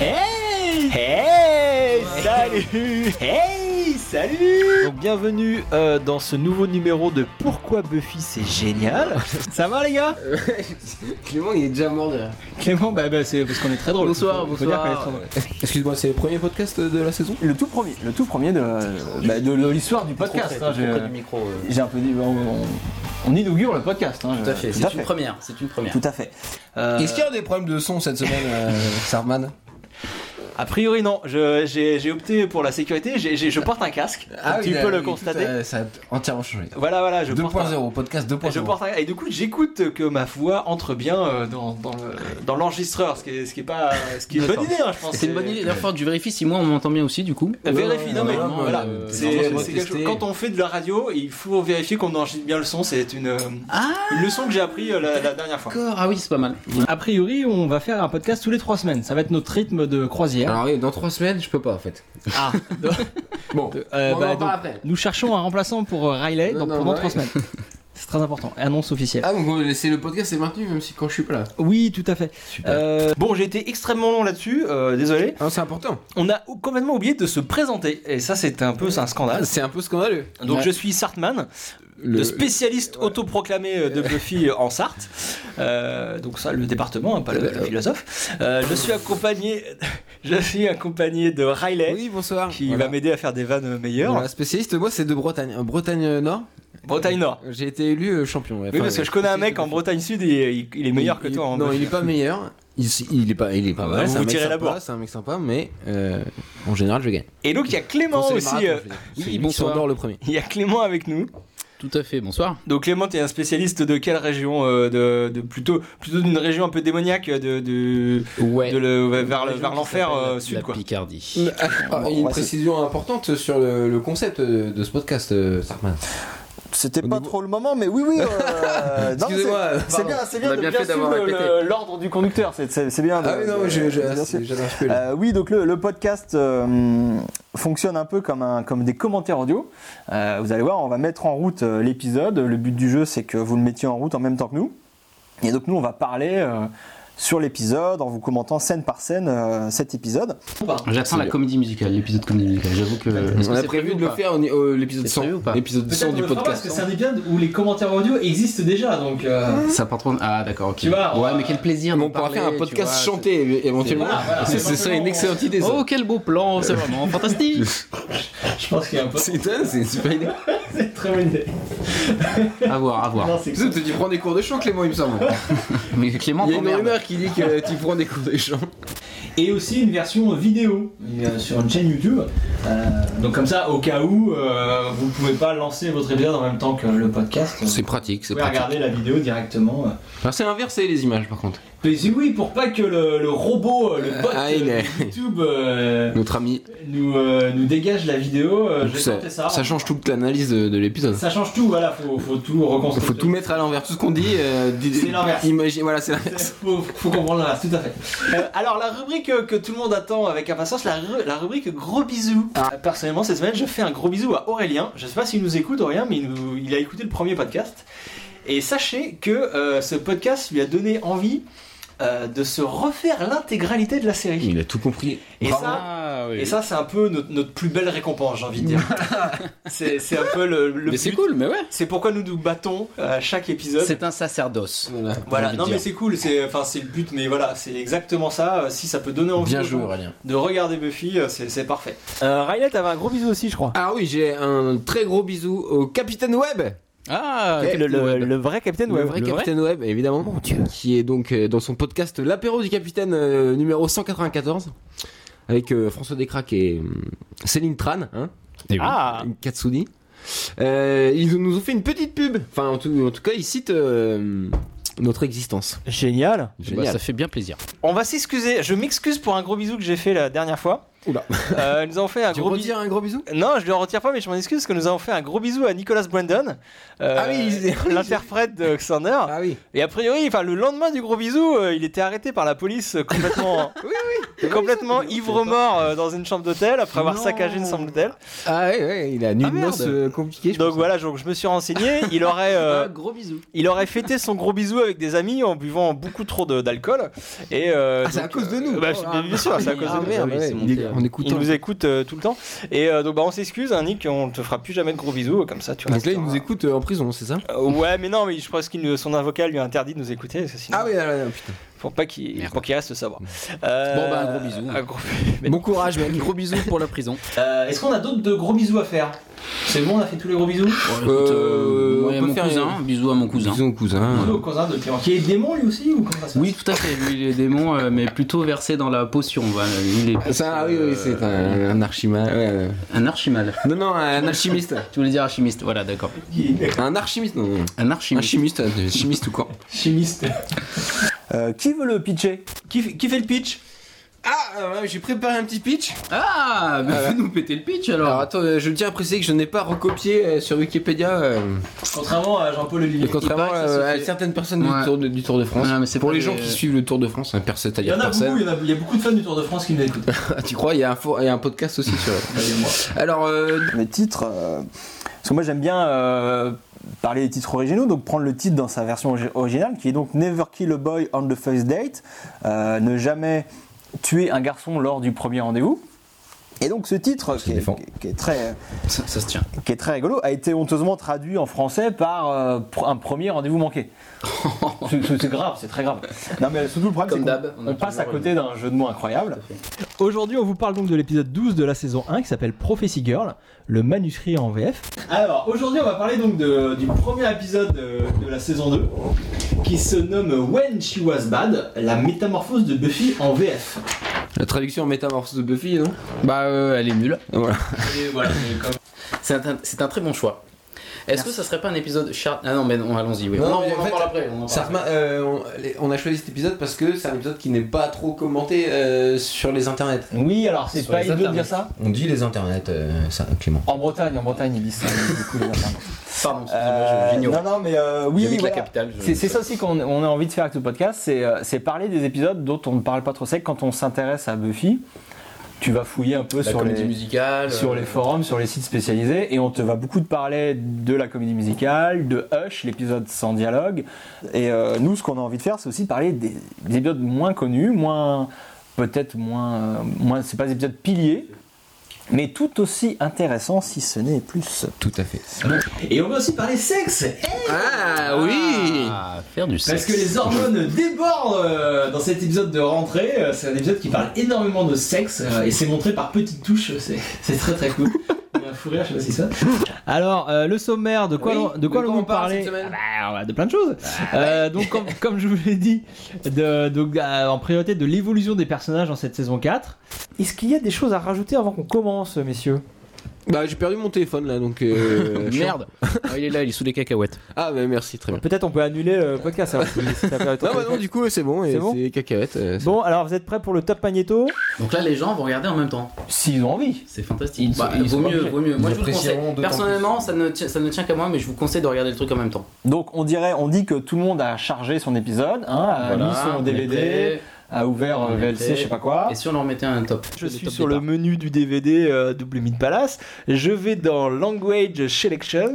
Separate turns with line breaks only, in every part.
Hey Hey Salut Hey Salut Donc bienvenue euh, dans ce nouveau numéro de Pourquoi Buffy c'est génial Ça va les gars
Clément, il est déjà mort de
Clément, bah, bah, c'est parce qu'on est très drôle.
Bonsoir,
Faut- faut
bonsoir.
dire qu'on est très drôle.
Excuse-moi, c'est le premier podcast de la saison
Le tout premier, le tout premier de, bah, de l'histoire du podcast. hein, j'ai-
micro. euh.
J'ai un peu dit, bah, on, on inaugure le podcast. hein,
Tout
je-
à fait, c'est une première, c'est une première.
Tout à fait.
Euh,
Est-ce qu'il y a des problèmes de son cette semaine, euh, Sarman
a priori non, Je- j'ai j'ai opté pour la sécurité, J'ai- j'ai- je porte un casque,
Ah
tu peux
oui,
bah
euh,
le
écoute,
constater.
euh, ça a entièrement changé.
Voilà voilà, je porte un-
2.0, podcast 2.0.
Je porte un- Et du coup, j'écoute que ma voix entre bien euh, dans, dans le- dans l'enregistreur, ce qui est, ce qui est pas, ce qui est une bonne
D'accord.
idée, hein, je pense.
C'est une bonne idée. D'ailleurs, faut que je vérifie si moi on m'entend bien aussi, du coup.
Euh, Vérifie, non,
Ouais,
mais
ouais, ouais,
voilà.
euh,
C'est-
j'ai
c'est
retesté.
quelque chose- Quand on fait de la radio, il faut vérifier qu'on enregistre bien le son. C'est une, euh,
Ah.
une leçon que j'ai appris euh, la, la dernière fois.
D'accord, ah oui, c'est pas mal.
A priori, on va faire un podcast tous les trois semaines. Ça va être notre rythme de croisière.
Alors oui, dans 3 semaines, je peux pas en fait.
Ah.
Bon,
Euh,
on
bah,
en
donc,
parle après.
nous cherchons un remplaçant pour euh, Riley
Non,
donc,
non,
pendant
bah
trois
oui.
semaines. C'est très important. Annonce officielle.
Ah donc euh, c'est le podcast est maintenu même si quand je suis pas là.
Oui, tout à fait.
Super.
Euh,
Bon, j'ai été extrêmement long là-dessus. euh, désolé.
Ah, c'est important.
On a ou- complètement oublié de se présenter. Et ça, c'est un peu c'est un scandale.
Ah, c'est un peu scandaleux.
Donc,
Ouais.
je suis Sartman, le, spécialiste autoproclamé euh, de Buffy euh, en Sarthe. Euh, donc ça, le département, hein, pas le, le philosophe. Euh, je suis accompagné, je suis accompagné de Riley.
Oui, bonsoir.
Qui
Voilà.
va m'aider à faire des vannes meilleures.
Voilà, spécialiste, moi c'est de Bretagne, Euh, Bretagne euh, Nord.
Bretagne Nord.
J'ai été élu euh, champion.
Oui, parce que je connais un mec en Bretagne Sud et il, il est meilleur que toi hein, en
Non,
Belgique.
il est pas meilleur. Il, il est pas, il est pas
Ah,
mal.
vous
c'est un
vous
mec
tirez la
sympa,
bourre.
C'est un mec sympa, mais euh, en général, je gagne.
Et donc il y a Clément aussi. euh,
Oui,
bonsoir.
bonsoir. le premier.
il y a Clément avec nous.
Tout à fait, bonsoir.
Donc Clément, t'es un spécialiste de quelle région euh, de, de- plutôt plutôt d'une région un peu démoniaque de, de,
Ouais.
de le- vers
Une
le-
région
vers
qui
l'enfer
s'appelle
euh,
la
sud quoi.
Picardie.
une
ouais, c'est-
précision importante sur le, le concept euh, de ce podcast, euh, Sarkman.
C'était
Au
pas
niveau-
trop le moment, mais oui, oui. euh, non, mais
Excusez-moi,
c'est- C'est
pardon.
bien, c'est bien
On a
de
bien
bien,
fait d'avoir
suivre
répété.
le- l'ordre du conducteur. C'est- Eh, C'est c'est bien. de-
Ah oui, non,
de-
je- je-
bien
ah,
sûr.
c'est- j'avais un peu là.
Euh, oui, donc le, le podcast euh, fonctionne un peu comme, un, comme des commentaires audio. Euh, vous allez voir, on va mettre en route euh, l'épisode. Le but du jeu, c'est que vous le mettiez en route en même temps que nous. Et donc nous, on va parler euh, sur l'épisode en vous commentant scène par scène euh, cet épisode.
bah,
J'attends la comédie musicale, l'épisode comédie musicale. J'avoue que.
On a prévu de le faire au, au- l'épisode
C'est prévu ou
100,
pas
l'épisode 100 du
parce
podcast. hein.
que c'est un épisode où les commentaires audio existent déjà. Donc, euh,
Ça part trop. Ah, d'accord, ok.
Tu vois,
ouais,
on-
mais quel plaisir.
Mais
d'en
on pourra
parler,
faire un
tu
podcast
vois,
chanté é- éventuellement.
Voilà, voilà,
Ce-
mais
ce serait une
forcément,
excellente idée.
c'est-
ça.
Oh, quel beau plan, c'est vraiment fantastique.
je pense qu'il y a un peu
C'est étonnant, c'est une super idée.
de très bonne idée.
à voir, à voir.
Tu sais, tu prends des cours de chant, Clément, il me semble.
Mais Clément,
Il y a une
t'emmerdes.
rumeur qui dit que tu prends des cours de chant.
Et aussi une version vidéo euh, sur une chaîne YouTube. Euh, donc comme ça, au cas où, euh, vous pouvez pas lancer votre épisode en même temps que le podcast. Vous
pratique, c'est
pouvez regarder la vidéo directement. euh,
C'est inversé les images par contre.
Mais si oui, pour pas que le, le robot, euh, le bot
Ah,
euh,
il est-
YouTube euh,
Notre ami.
nous, euh, nous dégage la vidéo, euh, je vais
ça,
tenter ça.
ça change toute l'analyse de, de l'épisode.
Ça change tout, voilà, faut, faut tout
Il
reconstruire.
faut tout mettre à l'envers, tout ce qu'on dit. euh, d-
C'est l'inverse.
imagine- voilà, c'est l'inverse.
Faut, faut comprendre l'inverse, tout à fait. Euh,
Alors la rubrique euh, que tout le monde attend avec impatience, la, ru- la rubrique gros bisous.
Ah.
Euh, Personnellement cette semaine je fais un gros bisou à Aurélien. Je sais pas s'il nous écoute Aurélien mais il, nous- il a écouté le premier podcast. Et sachez que euh, ce podcast lui a donné envie euh, de se refaire l'intégralité de la série.
a tout compris.
Et ça,
Ah, oui.
et ça c'est un peu notre, notre plus belle récompense j'ai envie de dire. c'est c'est un peu le, le
Mais c'est
but.
cool, mais ouais.
C'est pourquoi nous nous battons à chaque épisode.
C'est un sacerdoce.
Voilà.
Voilà,
J'ai envie
non
de
mais
dire.
c'est cool, c'est enfin c'est le but, mais voilà, c'est exactement ça. Euh, Si ça peut donner envie
Bien
aux
joué,
gens
Aurélien.
de regarder Buffy, euh, c'est c'est parfait.
euh, Riley, t'avais un gros bisou aussi, je crois.
Ah oui, j'ai un très gros bisou au Capitaine Web.
Ah,
Ok,
Le,
Captain
le-
Web.
le vrai capitaine,
le
ouais.
vrai
le
Capitaine Web, évidemment. Qui est donc euh, dans son podcast L'apéro du Capitaine euh, numéro 194. Avec euh, François Descraques et euh, Céline Tran, hein,
Eh oui.
Ah,
une Katsuni. Euh, ils nous ont fait une petite pub. Enfin, en tout, en tout cas, ils citent euh, notre existence.
génial.
Bah,
Génial.
ça fait bien plaisir.
On va s'excuser, je m'excuse pour un gros bisou que j'ai fait la dernière fois.
Oula.
Euh, nous avons fait un
Tu
gros
veux
bisou.
dire un gros bisou
Non, je le retire pas, mais je m'en excuse parce que nous avons fait un gros bisou à Nicolas Brandon, euh,
Ah oui, il-
l'interprète de Xander.
Ah oui.
Et a priori, enfin le lendemain du gros bisou, euh, il était arrêté par la police euh, complètement. oui, oui. complètement ivre-mort euh, dans une chambre d'hôtel après avoir
Non.
saccagé une chambre d'hôtel.
Ah ouais, ouais, il a une nuit de noces euh, compliquée. je
Donc
pense.
voilà, donc je me suis renseigné. Il aurait, euh,
gros bisous.
il aurait fêté son gros bisou avec des amis en buvant beaucoup trop de- d'alcool. Et euh,
Ah, c'est à
donc,
cause de
euh,
nous.
bah,
Oh,
bien- bien sûr, c'est à cause de
Ah
nous.
merde,
Ah oui,
ouais,
c'est mon
il est-
père.
on
Il
écoute. hein.
nous écoute euh, tout le temps. Et euh, donc bah on s'excuse, hein, Nick, on te fera plus jamais de gros bisous comme ça. Tu
Donc
restes
là, il
un-
nous écoute euh, en prison, c'est ça
Euh, ouais, mais non, mais je pense que son avocat lui a interdit de nous écouter. parce que sinon-
oui, ah, ouais, ah, putain.
Pour pas qu'il
Merde.
pour qu'il reste sobre. Euh,
Bon, bah, un gros bisou.
un gros- Mais-
Bon courage, mec. Gros bisous pour la prison.
Euh, Est-ce qu'on a d'autres de gros bisous à faire C'est bon, on a fait tous les gros bisous
Bon, écoute, euh,
Euh,
moi et
on peut
mon
faire
cousin. Bisous à mon cousin.
Disons
Bisous
cousin.
au cousin de Clément. Qui est démon lui aussi ou comment ça se passe
Oui, tout à fait. Lui, il est démon, euh, mais plutôt versé dans la potion. voilà. Lui, il est plus,
Ça, ah oui,
euh,
oui, c'est un, un archimage. ouais, ouais.
Un archimal.
Non, non, un alchimiste.
Tu voulais dire alchimiste, voilà, d'accord.
Qui est
un archimiste, non, non.
Un
Un
archimiste.
chimiste, un chimiste ou quoi
chimiste.
Euh, qui veut le pitcher qui, fait- qui fait le pitch
Ah, euh, j'ai préparé un petit pitch.
Ah, mais fais nous péter le pitch alors.
Alors attends, euh, je tiens à préciser que je n'ai pas recopié euh, sur Wikipédia. euh,
Contrairement à Jean-Paul
Et
Olivier.
contrairement
paraît que ça
euh,
se
à
fait-
certaines personnes
Ouais.
du, tour de, du Tour de France,
Ouais, mais c'est
pour
pas
les
des-
gens qui suivent le Tour de France, hein, personne,
Il y
c'est-à-dire
en a
personne,
beaucoup, il y en a- il y a beaucoup de fans du Tour de France qui nous écoutent.
tu crois, il y, a un for- il y a un podcast aussi sur.
Croyez-moi.
Alors, euh,
Les titres. euh, Parce que moi j'aime bien euh, parler des titres originaux, donc prendre le titre dans sa version orgi- originale, qui est donc Never Kill a Boy on the First Date, euh, ne jamais tuer un garçon lors du premier rendez-vous. Et donc ce titre, qui est,
défend.
qui est- qui est très,
Ça, ça se tient.
qui est très rigolo, a été honteusement traduit en français par euh, pr- un premier rendez-vous manqué. C'est- c'est c'est grave, c'est très grave. Non mais surtout le
Comme
problème,
d'hab,
c'est qu'on
on a
on passe à
toujours
côté d'un jeu de mots incroyable.
Aujourd'hui, on vous parle donc de l'épisode 12 de la saison 1 qui s'appelle Prophecy Girl, le manuscrit en VF. Alors, aujourd'hui, on va parler donc de- du premier épisode de, de la saison 2 qui se nomme When She Was Bad, la métamorphose de Buffy en VF.
la traduction en métamorphose de Buffy, non
Bah, euh, elle est nulle.
Voilà.
Et voilà, et comme-
C'est un, c'est un très bon choix. Est-ce que ça serait pas un épisode Char- Ah non, mais non, allons-y. oui.
Non,
On
non,
en-
mais
on
en
en
fait,
parle après. on en
Ça
parle
remar- euh, on, les- on a choisi cet épisode parce que c'est un épisode qui n'est pas trop commenté euh, sur les internets.
Oui, alors c'est
Sur
pas
les
idiot de
internets.
dire ça.
On dit les internets, euh, ça, Clément.
En Bretagne, en Bretagne, ils disent ça. ils disent beaucoup les internets.
après. Pardon,
Euh,
excusez-moi, je- j'ignorais.
non, non, mais euh, oui,
J'habite la
voilà.
capitale. je-
C'est c'est ça aussi qu'on on a envie de faire avec ce podcast, c'est euh, c'est parler des épisodes dont on ne parle pas trop sec quand on s'intéresse à Buffy. Tu vas fouiller un peu
La
sur
comédie
les,
musicale.
sur
euh,
les forums, sur les sites spécialisés, et on te va beaucoup te parler de la comédie musicale, de Hush, l'épisode sans dialogue. Et euh, nous, ce qu'on a envie de faire, c'est aussi parler des, des épisodes moins connus, moins peut-être moins, euh, moins c'est pas des épisodes piliers, mais tout aussi intéressants, si ce n'est plus.
Tout à fait.
Et on va aussi parler sexe
Ah oui
Ah, faire du
Parce
sexe.
que les hormones débordent euh, dans cet épisode de rentrée. Euh, C'est un épisode qui parle énormément de sexe euh, et c'est montré par petites touches. C'est c'est très très cool. Il y a un fou rire, je sais pas si ça. Alors, euh, le sommaire, de
quoi Oui, l'on- de quoi de quoi l'on on parle parlait cette semaine
Ah, De plein de choses. Euh, donc, comme, je vous l'ai dit, en priorité de l'évolution des personnages dans cette saison 4. Est-ce qu'il y a des choses à rajouter avant qu'on commence, messieurs
Bah, j'ai perdu mon téléphone là, donc. euh, chiant.
Merde. Ah, il est là, il est sous les cacahuètes.
Ah, bah, merci, très bien.
Peut-être on peut annuler le podcast.
Non, bah, non, du coup, c'est bon, et
C'est
c'est
bon
cacahuète. euh, c'est-
bon, alors vous êtes prêts pour le top magnéto
Donc là, les gens vont regarder en même temps.
S'ils ont envie.
C'est fantastique.
Ils
Bah,
sont- ils
vaut
sont
mieux,
obligés.
vaut mieux. Moi,
Ils
je vous le conseille.
apprécieront d'autant
Personnellement, ça ne, tient, ça ne tient qu'à moi, mais je vous conseille de regarder le truc en même temps.
Donc on dirait, on dit que tout le monde a chargé son épisode, hein,
Ah,
a mis son
on
DVD,
était-
a ouvert
on
euh,
est
VLC,
prêt.
je sais pas quoi.
Et si on leur mettait un top
Je
Le
suis
top
sur le
départ.
menu du DVD euh, Double Meat Palace. Je vais dans Language Selection.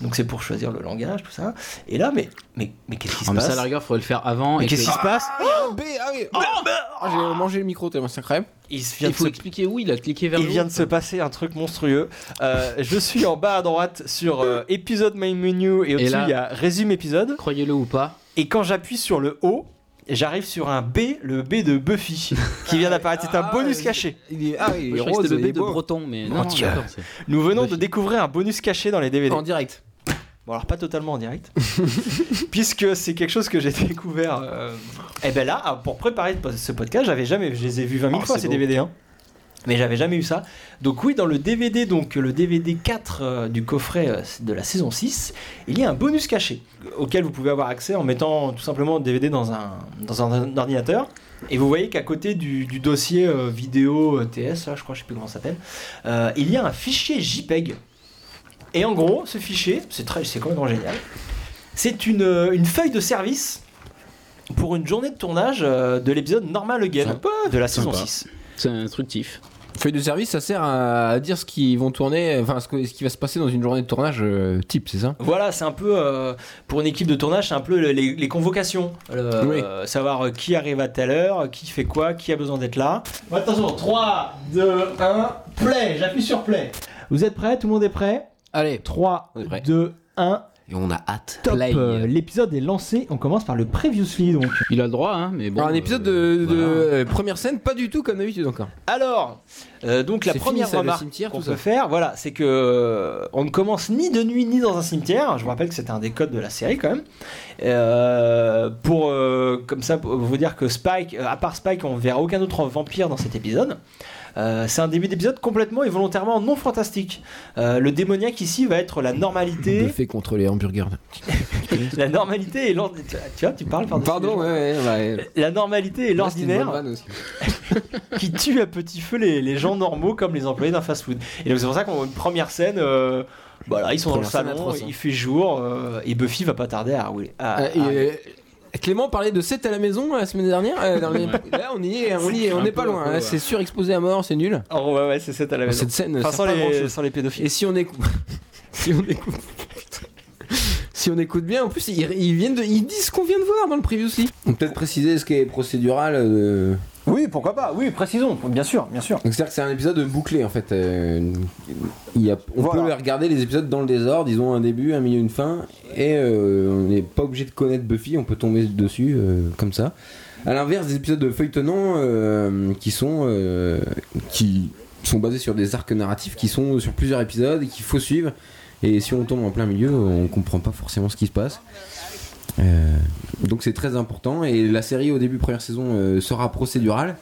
Donc c'est pour choisir le langage, tout ça. Et là, mais, mais, mais qu'est-ce qui se
Ah, mais ça, à
passe
la rigueur, faudrait le faire avant.
Mais
et
qu'est-ce
que-
qui se passe
Ah, B, ah oui Ah, J'ai mangé le micro tellement c'est incroyable.
Il se vient
Il
de
faut
se
expliquer où il a cliqué vers
Il
le
vient
haut.
de se passer un truc monstrueux. Euh, je suis en bas à droite sur euh, épisode main menu et au-dessus
là-
il y a résume épisode.
Croyez-le ou pas.
Et quand j'appuie sur le haut, j'arrive sur un B, le B de Buffy, qui vient d'apparaître. C'est un
Ah,
bonus
il-
caché.
Il est, ah,
Je
il est
croyais que
rose,
c'était
il
le
est
B de
beau.
Breton, mais
Mon
non,
Dieu.
d'accord, c'est-
Nous venons de
Buffy.
découvrir un bonus caché dans les DVD.
En direct.
Bon alors pas totalement en direct, puisque c'est quelque chose que j'ai découvert. Et ben là, ah, pour préparer ce po- ce podcast, j'avais jamais, je les ai vus 20 000
Oh,
fois
c'est
ces
beau.
DVD, hein. mais j'avais jamais eu ça. Donc oui, dans le DVD, donc le DVD 4 euh, du coffret euh, de la saison 6, il y a un bonus caché auquel vous pouvez avoir accès en mettant tout simplement le DVD dans un dans un ordinateur. Et vous voyez qu'à côté du, du dossier euh, vidéo euh, TS, là, je crois, je sais plus comment ça s'appelle, euh, il y a un fichier JPEG. Et en gros, ce fichier, c'est très, c'est complètement génial. C'est une, euh, une feuille de service
pour une journée de tournage euh, de l'épisode Normal Again
Sympa.
de la saison
Sympa.
6.
C'est instructif.
Feuille de service, ça sert à, à dire ce qu'ils vont tourner, enfin ce, que- ce qui va se passer dans une journée de tournage euh, type, c'est ça
Voilà, c'est un peu euh, pour une équipe de tournage, c'est un peu le- les, les convocations. Euh,
Oui.
euh, Savoir euh, qui arrive à telle heure, qui fait quoi, qui a besoin d'être là. attention, 3, 2, 1, play, j'appuie sur play.
Vous êtes prêts Tout le monde est prêt
Allez,
3,
On est prêt.
2, 1,
et on a hâte.
top
Play.
Euh, L'épisode est lancé, on commence par le previously donc.
Il a le droit, hein, mais bon.
Alors, un épisode de,
euh,
de-
voilà.
euh, première scène, pas du tout comme d'habitude encore.
Alors, euh, donc la
C'est fini,
première
ça, le
remarque
cimetière,
qu'on
tout
peut
ça.
faire, voilà, c'est que euh, on ne commence ni de nuit ni dans un cimetière. Je vous rappelle que c'était un des codes de la série quand même. Euh, pour euh, comme ça, pour vous dire que Spike, euh, à part Spike, on verra aucun autre vampire dans cet épisode. Euh, c'est un début d'épisode complètement et volontairement non fantastique. Euh, le démoniaque ici va être la normalité,
fait contre les hamburgers.
la normalité et l'ordinaire. Tu vois, tu parles par-dessus les
Pardon,
gens.
ouais, ouais, ouais.
La normalité et
Ouais, c'était une bonne
l'ordinaire.
vanne aussi.
qui tue à petit feu les, les gens normaux comme les employés d'un fast-food. Et donc c'est pour ça qu'on a une première scène. euh, voilà, ils sont
Première
dans
scène
le salon,
atroce, hein.
il fait jour euh, et Buffy va pas tarder à rouler. à-
Ah, et,
à-
euh, Clément parlait de 7 à la maison la semaine dernière. euh, dans les- Là, on y est, on y est, on
Un
n'est
peu,
pas loin.
un peu,
hein,
ouais.
C'est surexposé à mort, c'est nul.
Oh, ouais, ouais, c'est ça à la maison.
Cette scène,
Enfin,
ça
sans
sert pas à
les,
grand-chose.
sans les pédophiles.
Et si on écoute, si on écoute, si on écoute bien, en plus ils, ils viennent de, ils disent ce qu'on vient de voir dans le previously. On peut-être préciser ce qui est procédural. euh,
Oui, pourquoi pas Oui, précisons, bien sûr, bien sûr.
Donc c'est-à-dire que c'est un épisode bouclé en fait. euh, il y a- on
Voilà.
peut regarder les épisodes dans le désordre. Ils ont un début, un milieu, une fin, et euh, on n'est pas obligé de connaître Buffy. On peut tomber dessus euh, comme ça. À l'inverse des épisodes de feuilletonnants euh, qui sont euh, qui sont basés sur des arcs narratifs qui sont sur plusieurs épisodes et qu'il faut suivre. Et si on tombe en plein milieu, on comprend pas forcément ce qui se passe. Euh, donc c'est très important. Et la série au début première saison euh, sera procédurale.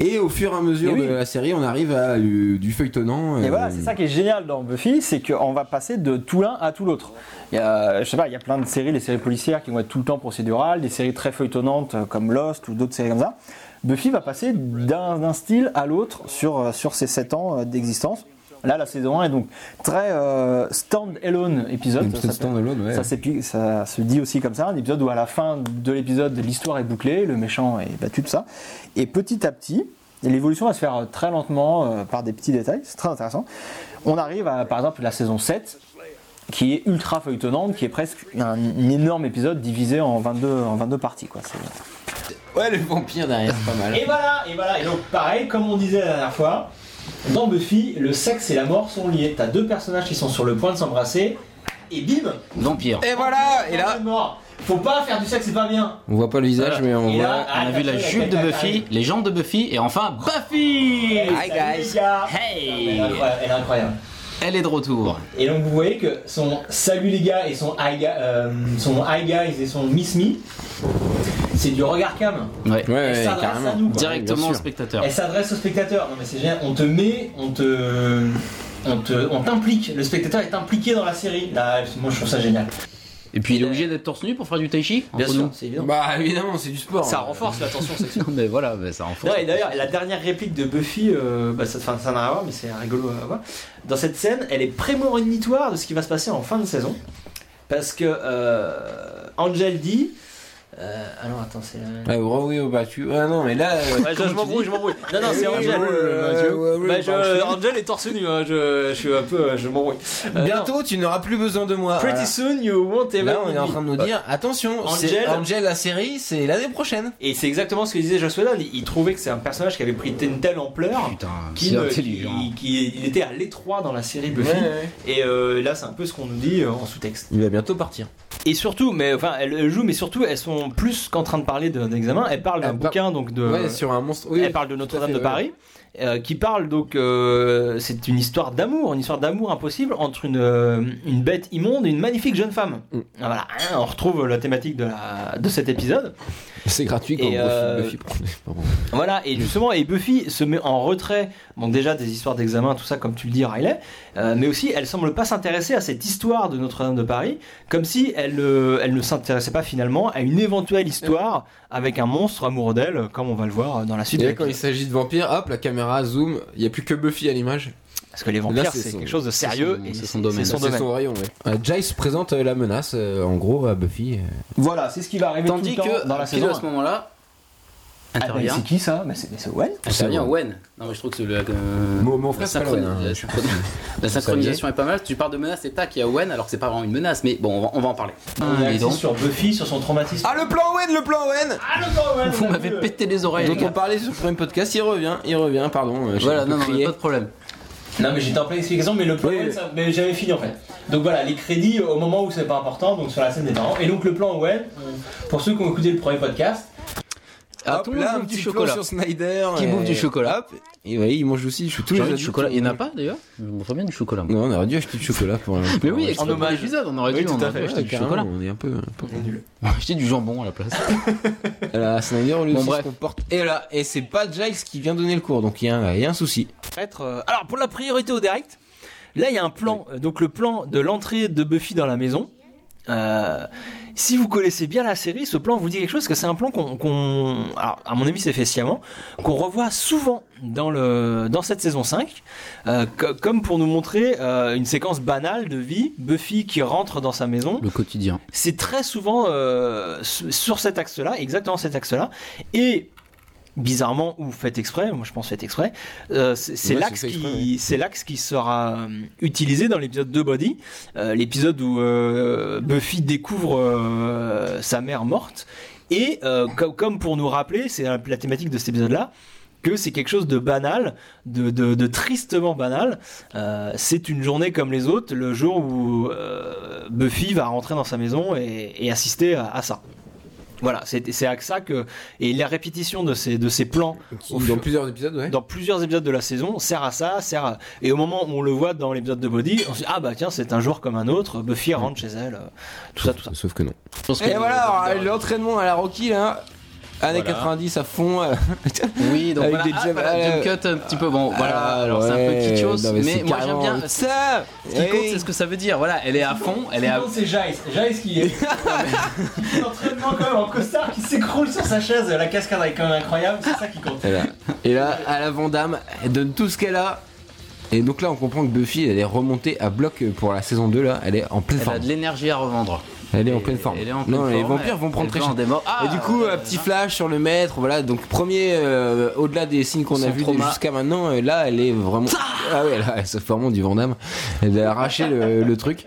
Et au fur et à mesure
Et oui.
de la série, on arrive à du, du feuilletonnant.
Et
euh,
voilà, c'est ça qui est génial dans Buffy, c'est qu'on va passer de tout l'un à tout l'autre. Il y a, je sais pas, il y a plein de séries, les séries policières qui vont être tout le temps procédurales, des séries très feuilletonnantes euh, comme Lost ou d'autres séries comme ça. Buffy va passer d'un d'un style à l'autre sur, euh, sur ses 7 ans euh, d'existence. Là, la saison 1 est donc très euh, stand-alone épisode.
un
ça
petit
s'appelle.
stand-alone, ouais.
Ça, s'épi- ça se dit aussi comme ça, un épisode où à la fin de l'épisode, l'histoire est bouclée, le méchant est battu, tout ça. Et petit à petit, l'évolution va se faire euh, très lentement euh, par des petits détails, c'est très intéressant. On arrive à, par exemple, la saison 7, qui est ultra feuilletonnante, qui est presque un, un énorme épisode divisé en 22, en 22 parties. Quoi. C'est-
Ouais, le vampire derrière, c'est pas mal.
Et voilà, et voilà. Et donc pareil, comme on disait la dernière fois, dans Buffy, le sexe et la mort sont liés. T'as deux personnages qui sont sur le point de s'embrasser et bim,
Vampire.
Et voilà, et là,
c'est mort. Faut pas faire du sexe, c'est pas bien.
on voit pas le visage, mais on
Et
voit.
là, ah,
On a vu la jupe de Buffy, les jambes de Buffy, et enfin Buffy
Hi
guys.
Elle est
Hey
incroyable, elle est incroyable.
Elle est de retour.
Et donc vous voyez que son salut les gars et son hi, ga- euh, son hi guys et son miss me, c'est du regard cam.
Ouais.
Ouais,
Elle
ouais,
s'adresse à
carrément.
nous, quoi.
Directement
bien
au
sûr.
spectateur.
Elle s'adresse au spectateur. Non mais c'est génial. On te met, on te, on te, on t'implique. Le spectateur est impliqué dans la série. Là, moi je trouve ça génial.
Et puis il est obligé d'être torse nu pour faire du tai chi
Bien
entre
sûr,
nous
c'est évident.
Bah, évidemment, c'est du sport.
Ça
Euh,
renforce la tension sexuelle.
Non, mais voilà, mais ça renforce.
Non, et d'ailleurs, la dernière réplique de Buffy, euh, bah, ça, enfin, ça n'a rien à voir, mais c'est rigolo à voir. Dans cette scène, elle est prémonitoire de ce qui va se passer en fin de saison. Parce que euh, Angel dit. Euh, ah non, attends, c'est.
Ouais, ouais, oui, bah, tu. Ah non, mais là. euh,
Ouais, je je m'embrouille, je m'embrouille. Non, non,
Oui,
c'est
oui,
Angel.
oui,
Euh,
oui, oui, oui,
bah,
oui,
je-
bah, je-
Angel est torse nu, hein, je, je suis un peu. euh, Je m'embrouille. Euh, non.
Bientôt, tu n'auras plus besoin de moi.
Pretty
Voilà.
soon you won't even.
Là, on est en
need
train de
me.
nous dire, attention,
Angel-
c'est Angel, la série, c'est l'année prochaine.
Et c'est exactement ce que disait Joss Whedon. Il, il trouvait que c'est un personnage qui avait pris une telle ampleur.
Putain,
Qui,
c'est
ne-
intelligent.
qui- qui- il était à l'étroit dans la série Buffy. Et euh, là, c'est un peu ce qu'on nous dit euh, en sous-texte.
Il va bientôt partir.
Et surtout, mais enfin, elles jouent, mais surtout, elles sont plus qu'en train de parler de- d'examen. elles parlent d'un
Elles par-
bouquin, donc de.
Ouais, sur un monstre. Oui,
elles parlent de Notre-Dame
fait,
de
ouais.
Paris, euh, qui parle donc. euh, c'est une histoire d'amour, une histoire d'amour impossible entre une, euh, une bête immonde et une magnifique jeune femme.
Mm.
Ah, Voilà, hein, on retrouve la thématique de, la, de cet épisode.
c'est gratuit quand
Et, euh,
Buffy, Buffy- pardon.
Voilà, et justement, et Buffy se met en retrait, bon déjà des histoires d'examen, tout ça, comme tu le dis, Riley, euh, mais aussi elle semble pas s'intéresser à cette histoire de Notre-Dame de Paris, comme si elle, euh, elle ne s'intéressait pas finalement à une éventuelle histoire avec un monstre amoureux d'elle, comme on va le voir dans la suite.
Et
de
là, quand il
l'épisode.
s'agit de vampires, hop, la caméra, zoom, il n'y a plus que Buffy à l'image.
Parce que les
Là,
vampires,
c'est
c'est
son-
quelque chose de sérieux.
son-
et
c'est son domaine.
C'est son
C'est
domaine.
son rayon, ouais. Euh, Giles présente euh, la menace, euh, en gros, à Buffy. euh,
Voilà, c'est ce qui va arriver
Tandis
tout le temps
que,
dans la
pile
saison.
à ce moment-là,
Ah, mais
intervient.
c'est qui ça Mais c'est mais c'est Owen
bah, Intervient
C'est
Wen. Non, mais je trouve que c'est le. euh,
Mon- mon
la
frère
synchroni-
s'appelle Owen, hein.
la synchroni- La synchronisation est pas mal. Tu parles de menace et tac, il y a Owen alors que c'est pas vraiment une menace. Mais bon, on va, on va en parler.
On est
Ah, Dis
axé
donc.
sur Buffy, sur son traumatisme.
Ah, le plan Owen, le plan Owen
Vous m'avez pété les oreilles. les
Ah, Dont on
gars.
parlait sur le premier podcast, il revient, il revient, pardon. euh, j'ai
Voilà,
un peu
non, non, mais
crié.
pas de problème.
Non, mais j'étais en pleine explication, mais le plan
Oui,
Owen,
oui.
ça- mais j'avais fini en fait. Donc voilà, les crédits euh, au moment où c'est pas important, donc sur la scène des parents. Et donc le plan Owen, pour ceux qui ont écouté le premier podcast,
Ah,
Hop,
tout le monde
là, un
bouffe du
petit plan
chocolat.
sur Snyder.
Qui
et-
bouffe du chocolat.
Hop, et ouais, il mange aussi, je suis tous
J'ai
les
envie de
adultes.
chocolat. Il n'y en a pas d'ailleurs Je me souviens bien du chocolat. moi.
Non, on aurait dû acheter du chocolat pour. un-
Mais
pour
oui,
un-
exprès
en
pour
hommage.
l'épisode, on aurait
Oui,
dû,
tout
on
à
aurait
fait,
dû
Ouais,
acheter du chocolat.
carrément, On est un peu. euh, un peu-
Acheter du jambon à la place.
Là, Snyder, au lieu
Bon,
de
bref.
se comporte. Et là, et c'est pas Giles qui vient donner le cours, donc il y, a un- il y a un souci.
être, euh, Alors, pour la priorité au direct, là, il y a un plan. euh, Donc, le plan de l'entrée de Buffy dans la maison. Euh, si vous connaissez bien la série, ce plan vous dit quelque chose, parce que c'est un plan qu'on, qu'on- alors, à mon avis, c'est fait sciemment, qu'on revoit souvent dans le dans cette saison 5, euh, co- comme pour nous montrer euh, une séquence banale de vie, Buffy qui rentre dans sa maison.
Le quotidien.
C'est très souvent euh, su- sur cet axe-là, exactement cet axe-là, et bizarrement ou fait exprès, moi je pense fait exprès, euh, c'est c'est
Ouais,
l'axe
c'est fait
qui,
exprès,
c'est l'axe qui sera euh, utilisé dans l'épisode de Body, euh, l'épisode où euh, Buffy découvre euh, sa mère morte. Et euh, co- comme pour nous rappeler, c'est la, la thématique de cet épisode-là, que c'est quelque chose de banal, de, de- de tristement banal. Euh, c'est une journée comme les autres, le jour où euh, Buffy va rentrer dans sa maison et, et assister à, à ça. Voilà, c'est c'est à ça que... Et la répétition de ces, de ces plans
Qui,
Au
dans
fur-
plusieurs épisodes, ouais.
dans plusieurs épisodes de la saison sert à ça, sert à... Et au moment où on le voit dans l'épisode de Body, on se dit, ah bah tiens, c'est un jour comme un autre, Buffy rentre chez elle, euh, tout ça, tout ça.
Sauf que non.
Je pense
Et
que-
voilà, alors, l'entraînement à la Rocky, là. Années
Voilà.
90 à fond. euh,
Oui, donc
Avec
voilà,
des
ah,
jab-
voilà,
euh,
jump cut un petit peu. Bon, voilà,
Ah,
alors c'est un peu
ouais,
kitschos,
non,
mais,
c'est
moi j'aime
carrément-
bien. Ce
Ça
qui compte, c'est ce que ça veut dire. Voilà, elle est à fond, elle est à.
Non, c'est Jace. Jace qui est. qui est en train de quand même en costard, qui s'écroule sur sa chaise. La cascade est quand même incroyable, c'est ça qui compte.
Et là, et là, à la Vandame, elle donne tout ce qu'elle a. Et donc là, on comprend que Buffy, elle est remontée à bloc pour la saison 2. Là, elle est en pleine
Elle a
forme.
de l'énergie à revendre.
Elle est en pleine forme.
Elle est en pleine
non, les
forme,
vampires
elle-
vont prendre
elle
très
vend
cher.
des morts. Ah,
et du coup,
euh,
un petit flash sur le maître. Voilà, donc premier, euh, au-delà des signes qu'on
Sans
a vus
trauma.
jusqu'à maintenant, euh, là, elle est vraiment. Ah ouais, là, elle se forme du Vandame. Elle a arraché le, le truc.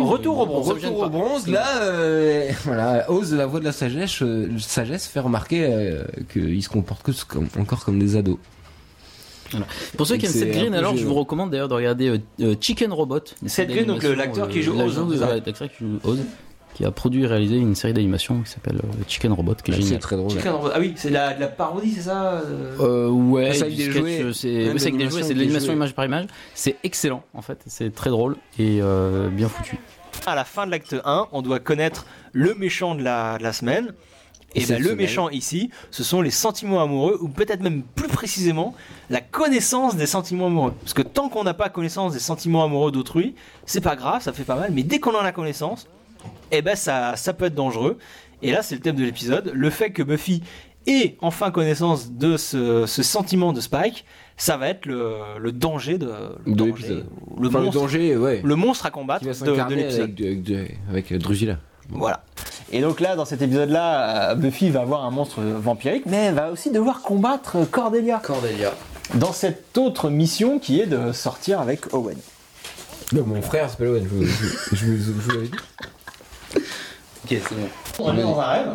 Retour au bronze.
Ça me gêne
Retour au
pas.
bronze, là, euh, voilà, ose la voix de la sagesse, euh, sagesse fait remarquer euh, qu'ils se comportent que- comme- encore comme des ados.
Pour ceux qui aiment
C'est
Seth
un
Green,
peu
alors
gênant.
je vous recommande d'ailleurs de regarder euh, euh, Chicken Robot. une euh, série
Green, donc, le-
d'animation,
l'acteur qui joue
l'acteur
Oz, hein,
qui- ouais, L'acteur qui joue Oz, qui a produit et réalisé une série d'animation qui s'appelle euh, Chicken Robot, qui est
C'est
génial.
très drôle.
Ah oui, c'est de la, de la parodie, c'est ça euh
Euh, ouais,
C'est avec
du
des
sketch,
jouets.
euh, C'est
Ouais,
ouais, c'est avec des jouets,
l'animation
c'est
avec
de
des
l'animation
jouets.
image par image. C'est excellent en fait, c'est très drôle et euh, bien foutu.
À la fin de l'acte 1, on doit connaître le méchant de la, de la semaine. Et ben,
Exceptionnel.
le méchant ici, ce sont les sentiments amoureux, ou peut-être même plus précisément, la connaissance des sentiments amoureux. Parce que tant qu'on n'a pas connaissance des sentiments amoureux d'autrui, c'est pas grave, ça fait pas mal, mais dès qu'on en a connaissance, eh ben ça, ça peut être dangereux. Et là, c'est le thème de l'épisode, le fait que Buffy ait enfin connaissance de ce, ce sentiment de Spike, ça va être le, le danger de, le
De
danger,
l'épisode.
ou le,
Enfin, le
monstre,
danger, ouais.
le monstre à combattre
Qui va
de, de
s'incarner
l'épisode.
avec, avec, avec, euh, Drusilla.
Voilà.
Et donc là, dans cet épisode-là, euh, Buffy va voir un monstre vampirique, mais elle va aussi devoir combattre euh, Cordelia
Cordelia.
dans cette autre mission qui est de sortir avec Owen.
Non, mon frère s'appelle Owen, je, je, je, je vous l'avais dit.
Ok, c'est bon.
On est dans un rêve.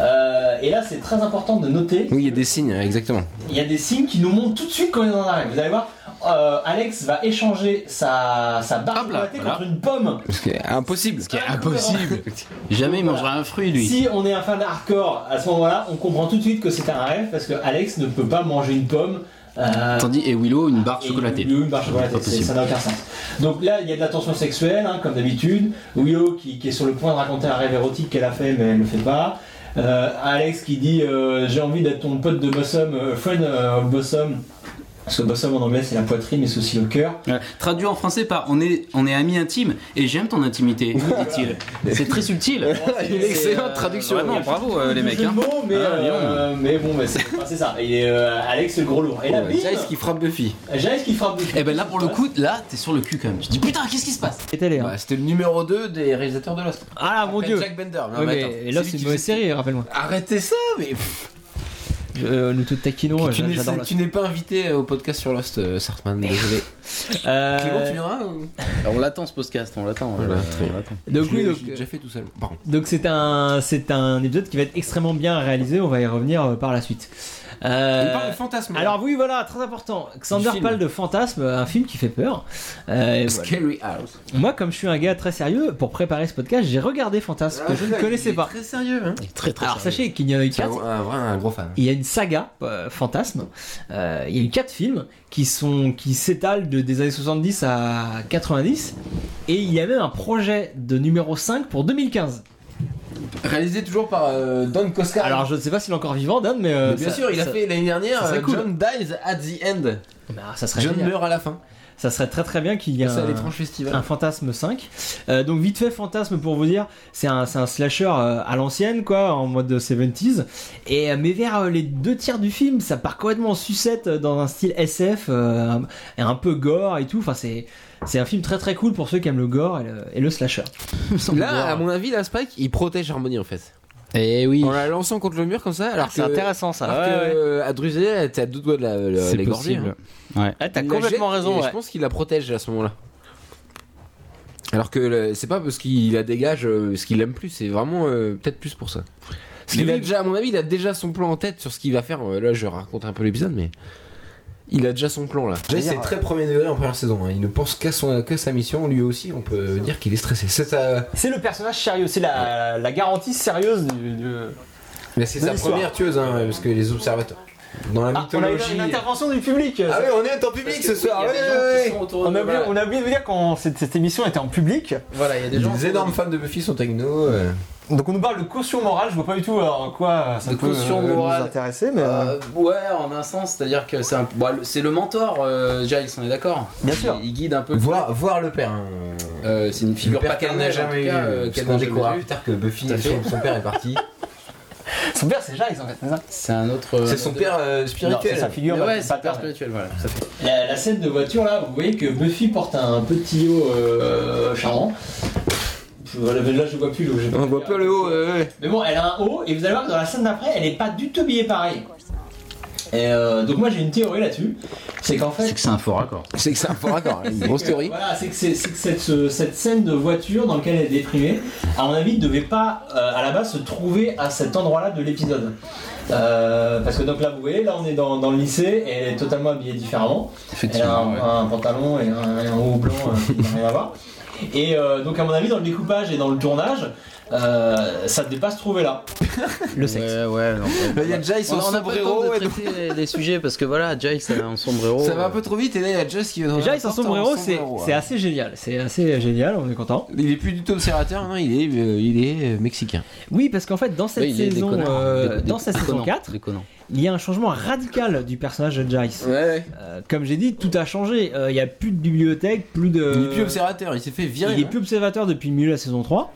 Euh, et là, c'est très important de noter.
Oui, il y a des signes, exactement.
Il y a des signes qui nous montrent tout de suite qu'on est dans un rêve. Vous allez voir, euh, Alex va échanger sa, sa barre
Hop là,
chocolatée
voilà.
contre une pomme.
Parce que, impossible.
Ce qui est impossible. Jamais il mangera un fruit lui.
Si on est un fan hardcore, à ce moment-là, on comprend tout de suite que c'est un rêve parce que Alex ne peut pas manger une pomme. euh,
Tandis et Willow une barre
et
chocolatée.
Willow, une barre chocolatée,
Pas
c'est-
possible.
ça n'a aucun sens. Donc là, il y a de la tension sexuelle, hein, comme d'habitude. Willow qui, qui est sur le point de raconter un rêve érotique qu'elle a fait, mais elle ne le fait pas. Euh, Alex qui dit euh, J'ai envie d'être ton pote de Bossum, euh, friend euh, of Bossum.
Ce bossum en anglais c'est la poitrine, mais c'est aussi le cœur.
Ouais. Traduit en français par on est, on est amis intimes et j'aime ton intimité, lui dit-il. C'est très subtil.
Il est
Excellente
euh,
traduction.
vraiment,
Vraiment, bravo euh, les
Jeu
mecs.
de
hein.
mots, mais,
Ah,
euh, mais bon, bah, c'est enfin, c'est ça. Il est euh, Alex le gros lourd. Et là,
Ouais,
bim,
Giles qui frappe Buffy.
Giles qui frappe.
Et ben là pour le coup, là t'es sur le cul quand même. Tu te dis putain, qu'est-ce qui se passe
Et télé, hein.
Bah, c'était le numéro 2 des réalisateurs de Lost.
Ah là, mon
Après
dieu
Jack Bender. Non,
Ouais,
mais
mais
attends,
Lost,
lui
c'est
qui
une mauvaise
faisait-
série, rappelle-moi.
Arrêtez ça, mais
Euh, nous tous taquinons, euh,
tu n'es-
j'adore la
tu n'es pas invité au podcast sur Lost, euh, Sartman. Désolé.
Euh,
Clément, tu viendras ou...
Alors, Ah, On l'attend ce podcast, on l'attend.
Voilà,
euh,
très
on l'attend.
Donc
Je
oui,
l'ai-
donc,
je l'ai déjà fait tout seul. Pardon.
donc c'est un c'est un épisode qui va être extrêmement bien réalisé. On va y revenir euh, par la suite. Euh,
On parle de fantasme.
alors oui, voilà, très important.
Du
Xander
film.
parle de fantasme, un film qui fait peur. Euh, et voilà.
Scary House.
Moi, comme je suis un gars très sérieux, pour préparer ce podcast, j'ai regardé Fantasme que je ne connaissais pas.
Ah, Très sérieux, hein.
Très très
Alors
sérieux.
sachez qu'il y en a eu
C'est un,
quatre.
un vrai, un gros fan.
Il y a une saga euh, fantasme. Euh, il y a eu quatre films qui sont qui s'étalent de, des années 70 à 90 et il y a même un projet de numéro 5 pour 2015.
Réalisé toujours par euh, Don Coscar.
Alors je ne sais pas s'il est encore vivant Dan mais, euh,
Mais bien
ça-
sûr, il a
ça-
fait l'année dernière
ça serait
euh,
cool.
John Dies at the End.
Bah, ça serait
John
génial.
meurt à la fin.
ça serait très très bien qu'il y ait
C'est à
un,
l'étrange festival.
un fantasme 5. Euh, donc vite fait fantasme pour vous dire, c'est un, c'est un slasher euh, à l'ancienne quoi, en mode 70s. Et euh, mais vers euh, les deux tiers du film, ça part complètement en sucette euh, dans un style SF, euh, un- et un peu gore et tout. Enfin c'est c'est un film très très cool pour ceux qui aiment le gore et le, et le slasher.
Là, à mon avis, la Spike, il protège Harmony en fait.
Eh oui.
En la lançant contre le mur comme ça, alors
C'est
que-
intéressant ça.
Alors que, euh, à Drusé, elle était à deux doigts de la, la-
C'est
l'égorger,
possible.
hein.
Ah, t'as
Il la
complètement
jette
raison.
et
ouais.
Je pense qu'il la protège à ce moment-là. Alors que le- c'est pas parce qu'il la dégage euh, ce qu'il aime plus, c'est vraiment euh, peut-être plus pour ça. Parce qu'il a déjà, à mon avis, il a déjà son plan en tête sur ce qu'il va faire. Euh, Là, je raconte un peu l'épisode, mais il a déjà son plan là. Jay, c'est très premier degré en première saison. hein. Il ne pense qu'à son- qu'à sa mission. Lui aussi, on peut dire qu'il est stressé. C'est sa,
C'est le personnage sérieux, c'est la, la garantie sérieuse du. du-
mais c'est sa
l'histoire.
première tueuse, hein, parce que les observateurs dans la
Ah, on a eu
mythologie.
une intervention du public.
Ah oui, Oh, bah. on est en public ce soir. ouais, ouais, ouais.
On a, oublié, on a oublié de vous dire quand cette, cette émission était en public.
Voilà, il y a des gens. Les énormes fans de Buffy sont avec nous. euh.
Donc on nous parle de caution morale. Je vois pas du tout alors, en quoi ça
De
peut
caution
euh,
morale.
nous intéresser, mais euh,
Euh, ouais, en un sens, c'est-à-dire que c'est un- bon, le- c'est le mentor, euh, Giles, on est d'accord
Bien sûr.
Il, il guide un peu.
Voir, voir le père. hein.
Euh, c'est une figure
Le père
paternelle, en tout cas, euh,
Parce
qu'elle
qu'on
n'a jamais
découvrira
eue.
plus tard que Buffy,
Tout à fait.
son, son père est parti.
son père c'est Jax en fait. c'est ça
C'est un autre. euh,
C'est son père euh,
Non, c'est
spirituel.
sa
Mais
figure. bah,
ouais, c'est un père
paternelle.
spirituel, voilà. Ça fait-
La, la scène de voiture là, vous voyez que Buffy porte un petit haut euh, charmant. Je- voilà, mais Là, je vois plus le. je-
on voit pas le haut. euh, ouais.
Mais bon, elle a un haut, et vous allez voir que dans la scène d'après, elle est pas du tout habillée pareil. Et euh, donc, moi j'ai une théorie là-dessus. C'est qu'en fait.
C'est que c'est un faux raccord.
C'est que c'est un faux raccord. Une grosse théorie.
Voilà, c'est que, c'est- c'est que cette, euh, cette scène de voiture dans laquelle elle est déprimée, à mon avis, ne devait pas euh, à la base se trouver à cet endroit-là de l'épisode. Euh, parce que donc là, vous voyez, là on est dans, dans le lycée et elle est totalement habillée différemment. Elle a un,
Effectivement. ouais.
un pantalon et un, et un haut blanc euh, qui n'a rien à voir. Et euh, donc, à mon avis, dans le découpage et dans le tournage, euh, ça ne devait pas se trouver là.
Le sexe.
Ouais, ouais. non, ouais.
Là, il y a Jai,
On
son
a, on a pas le temps
sombrero.
de
et
traiter les, les sujets parce que voilà, Giles elle a un sombrero.
tout. Ça va un peu trop vite et là il y a Jai qui vient de
Déjà, ils sont
sortir
sombrero,
en
c'est
sombrero,
c'est
hein.
assez génial. C'est assez génial, on est content.
Il est plus du tout observateur, non, il est, euh, il est euh, mexicain.
Oui, parce qu'en fait, dans cette
Ouais, il est des
saison,
connards,
euh,
des- des-
dans cette
des
saison
connards,
4,
des connards.
il y a un changement radical du personnage de Jace.
ouais.
Euh, comme j'ai dit, tout a changé. Euh, Il y a plus de bibliothèque, plus de.
Il est plus observateur, Euh, il s'est fait virer.
Il est plus observateur depuis le milieu de la saison 3.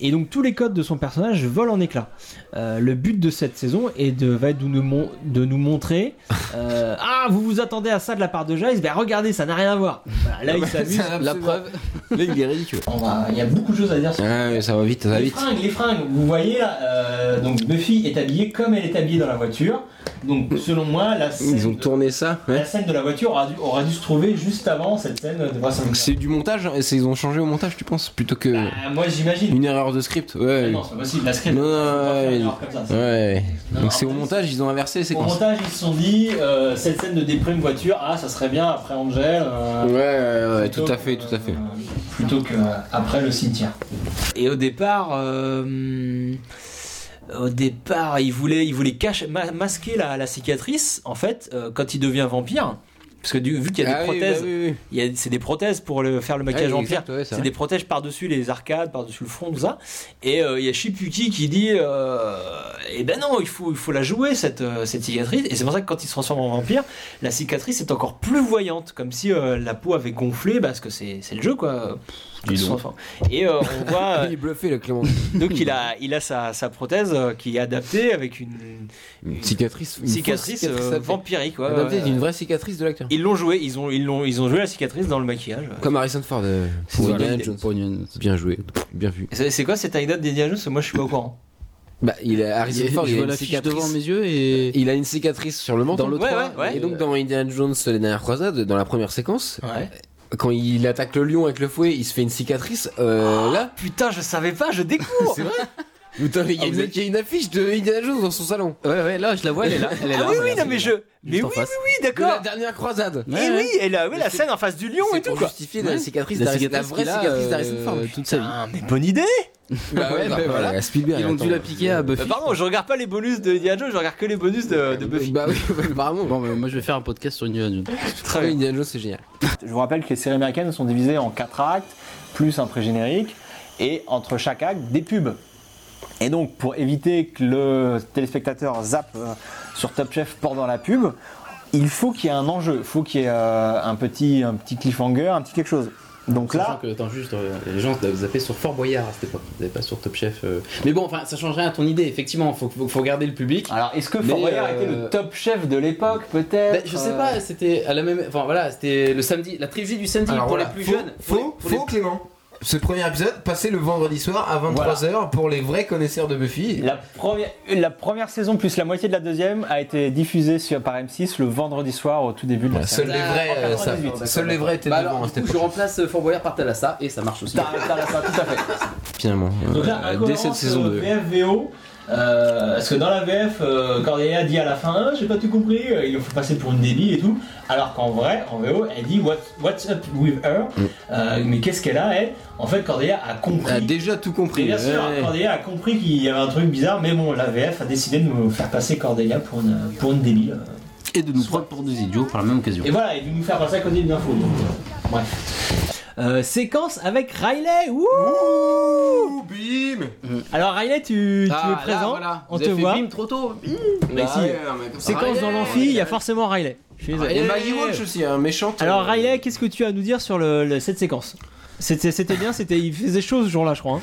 Et donc tous les codes de son personnage volent en éclats. Euh, le but de cette saison est de, va être de nous, mon- de nous montrer euh, Ah, vous vous attendez à ça de la part de Jace Ben regardez, ça n'a rien à voir. Voilà, là, il s'amuse.
La preuve.
Là il est ridicule.
On va- Il y a beaucoup de choses à dire sur
Ah, mais ça va vite, ça va
Les
vite.
fringues, les fringues, vous voyez là, euh, donc Buffy est habillée comme elle est habillée dans la voiture. Donc selon moi, la scène,
Ils ont
de,
tourné ça. ouais.
la scène de la voiture aura dû, aura dû se trouver juste avant cette scène de Brass and
C'est du montage, hein, c'est- ils ont changé au montage, tu penses Plutôt que
Fire. Bah, moi j'imagine.
une erreur de script.
Ah
Ouais.
Non, c'est pas possible, la script.
Non,
on peut pas faire
ouais,
une erreur comme ça.
Ouais, ouais.
Non,
Donc c'est au
en fait,
montage, ils ont inversé les
Au
séquences.
montage, ils se sont dit, euh, cette scène de déprime voiture, ah ça serait bien après Angel. euh,
Ouais, ouais, ouais,
plutôt
tout à fait,
que,
tout à fait.
euh, plutôt que euh, après le cimetière.
Et au départ, euh, au départ, il voulait, il voulait cacher- ma- masquer la, la cicatrice. En fait, euh, quand il devient vampire,
Parce que du, vu qu'il y a des
Ah oui,
prothèses,
bah oui, oui.
il y a- c'est des prothèses pour le, faire le maquillage
Ah oui,
en pierre.
exact, ouais, c'est
C'est
vrai.
des protèges par-dessus les arcades, par-dessus le front, tout ça. Et euh, il y a Shipuki qui dit euh, Eh ben non, il faut, il faut la jouer, cette, euh, cette cicatrice. Et c'est pour ça que quand il se transforme en vampire, la cicatrice est encore plus voyante, comme si euh, la peau avait gonflé, parce que c'est c'est le jeu, quoi. Quand il se transforme. Et euh, on voit. euh,
Il est bluffé, le Clément.
donc il a, il a sa, sa prothèse euh, qui est adaptée avec une,
Une cicatrice. Une fausse
cicatrice, euh,
adaptée.
vampirique. ouais,
Adaptée
ouais.
d'une vraie cicatrice de l'acteur.
Ils l'ont joué, ils ont, ils, l'ont, ils ont joué la cicatrice dans le maquillage.
Comme Harrison Ford euh,
Pour
pour Indiana
Indiana
Jones.
Jones. Pour Indiana Jones.
Bien joué, bien vu.
Et C'est, c'est quoi cette anecdote d'Indiana Jones Moi je suis pas au courant.
Bah, il a
Je
Harrison Ford, il a
vois
une
la fiche devant
cicatrice.
mes yeux et.
Il a une cicatrice sur le menton.
Dans le
Ouais,
trois,
ouais, ouais.
Et donc dans Indiana Jones les dernières croisades, dans la première séquence, quand il attaque le lion avec le fouet, il se fait une cicatrice euh, là.
Putain, je savais pas, je découvre Ah
C'est vrai Putain, mais il y, a
Ah,
une-
vous êtes-
il y a une affiche de Indiana Jones dans son salon.
Ouais, ouais, là, je la vois, elle est là. Elle est
Ah
là,
oui,
elle est
oui,
là,
non mais
elle est
je.
là.
Mais
Juste en
oui, oui,
face.
oui,
De la
d'accord
dernière croisade.
Et
Ouais, ouais.
oui, et là, oui, la
c'est-
scène en face du lion
C'est
et tout
pour
quoi
justifier
Ouais.
la cicatrice,
La
d'Harrison- la
cicatrice
vraie
qu'il a,
cicatrice d'Harrison
euh,
Ford.
toute sa vie.
Ah, mais bonne idée
Bah
ouais,
ouais, bah
bah
voilà,
voilà.
Spielberg.
Ils ont dû
attends.
la piquer à Buffy.
Bah, Pardon, je regarde pas les bonus de Indiana Jones, je regarde que les bonus de, de Buffy.
Bah oui, apparemment.
Bon, bah, moi je vais faire un podcast sur Indiana Jones.
Très bien.
Indiana Jones, c'est génial.
Je vous rappelle que les séries américaines sont divisées en quatre actes, plus un pré-générique, et entre chaque acte, des pubs. Et donc, pour éviter que le téléspectateur zappe euh, sur Top Chef pendant la pub, il faut qu'il y ait un enjeu, il faut qu'il y ait euh, un, petit, un petit cliffhanger, un petit quelque chose. Donc
Sachant
là,
que, attends, juste, euh, les gens doivent zapper sur Fort Boyard à cette époque, ils zappaient pas sur Top Chef. euh. Mais bon, enfin, ça change rien à ton idée, effectivement, faut, faut, faut garder le public.
alors est-ce que
Mais,
Fort Boyard
euh,
était le Top Chef de l'époque, peut-être Euh,
Bah, je sais pas, c'était à la même. Enfin voilà, c'était le samedi, la trilogie du samedi pour les plus jeunes. pour les-
Faux,
pour les-
faux Clément. Ce premier épisode, passé le vendredi soir à 23h pour les vrais connaisseurs de Buffy.
La première, la première saison plus la moitié de la deuxième a été diffusée sur, par M6 le vendredi soir au tout début de la série.
Seuls les vrais, euh, ça.
98, d'accord,
Seuls les vrais étaient
Bah
devant hein,
alors,
à
du
cette
coup, je
époque.
remplace euh, Fort Boyard par Thalassa et ça marche aussi.
tout à fait.
Finalement,
Donc là,
euh, dès
incohérence,
cette saison
euh,
2.
VF, VO. euh, parce que dans la VF, euh, Cordelia dit à la fin, Ah, j'ai pas tout compris, euh, il faut passer pour une débile et tout. Alors qu'en vrai, en VO, elle dit What, What's up with her
Mm.
Euh, Mais qu'est-ce qu'elle a, elle En fait, Cordelia a compris.
a Ah, déjà tout
Et
compris.
bien sûr,
ouais.
Cordelia a compris qu'il y avait un truc bizarre, mais bon, la VF a décidé de nous faire passer Cordelia pour une, pour une débile.
Et de nous prendre pour des idiots par la même occasion.
Et voilà, et de nous faire passer à côté d'une info. donc, euh, bref. Euh, séquence avec Riley. Wouh
Ouh, bim
Alors Riley, tu, tu
Ah,
es présent,
là, voilà.
on
Vous
te
avez fait
voit.
bim trop tôt. Bah,
Mais si. Séquence dans l'amphi, il y a forcément Riley. Je suis désolé.
Et Maggie Walsh aussi, hein, un méchant.
Alors Riley, qu'est-ce que tu as à nous dire sur le- le- cette séquence C'était c'était bien, c'était il faisait chaud ce jour-là, je crois. hein.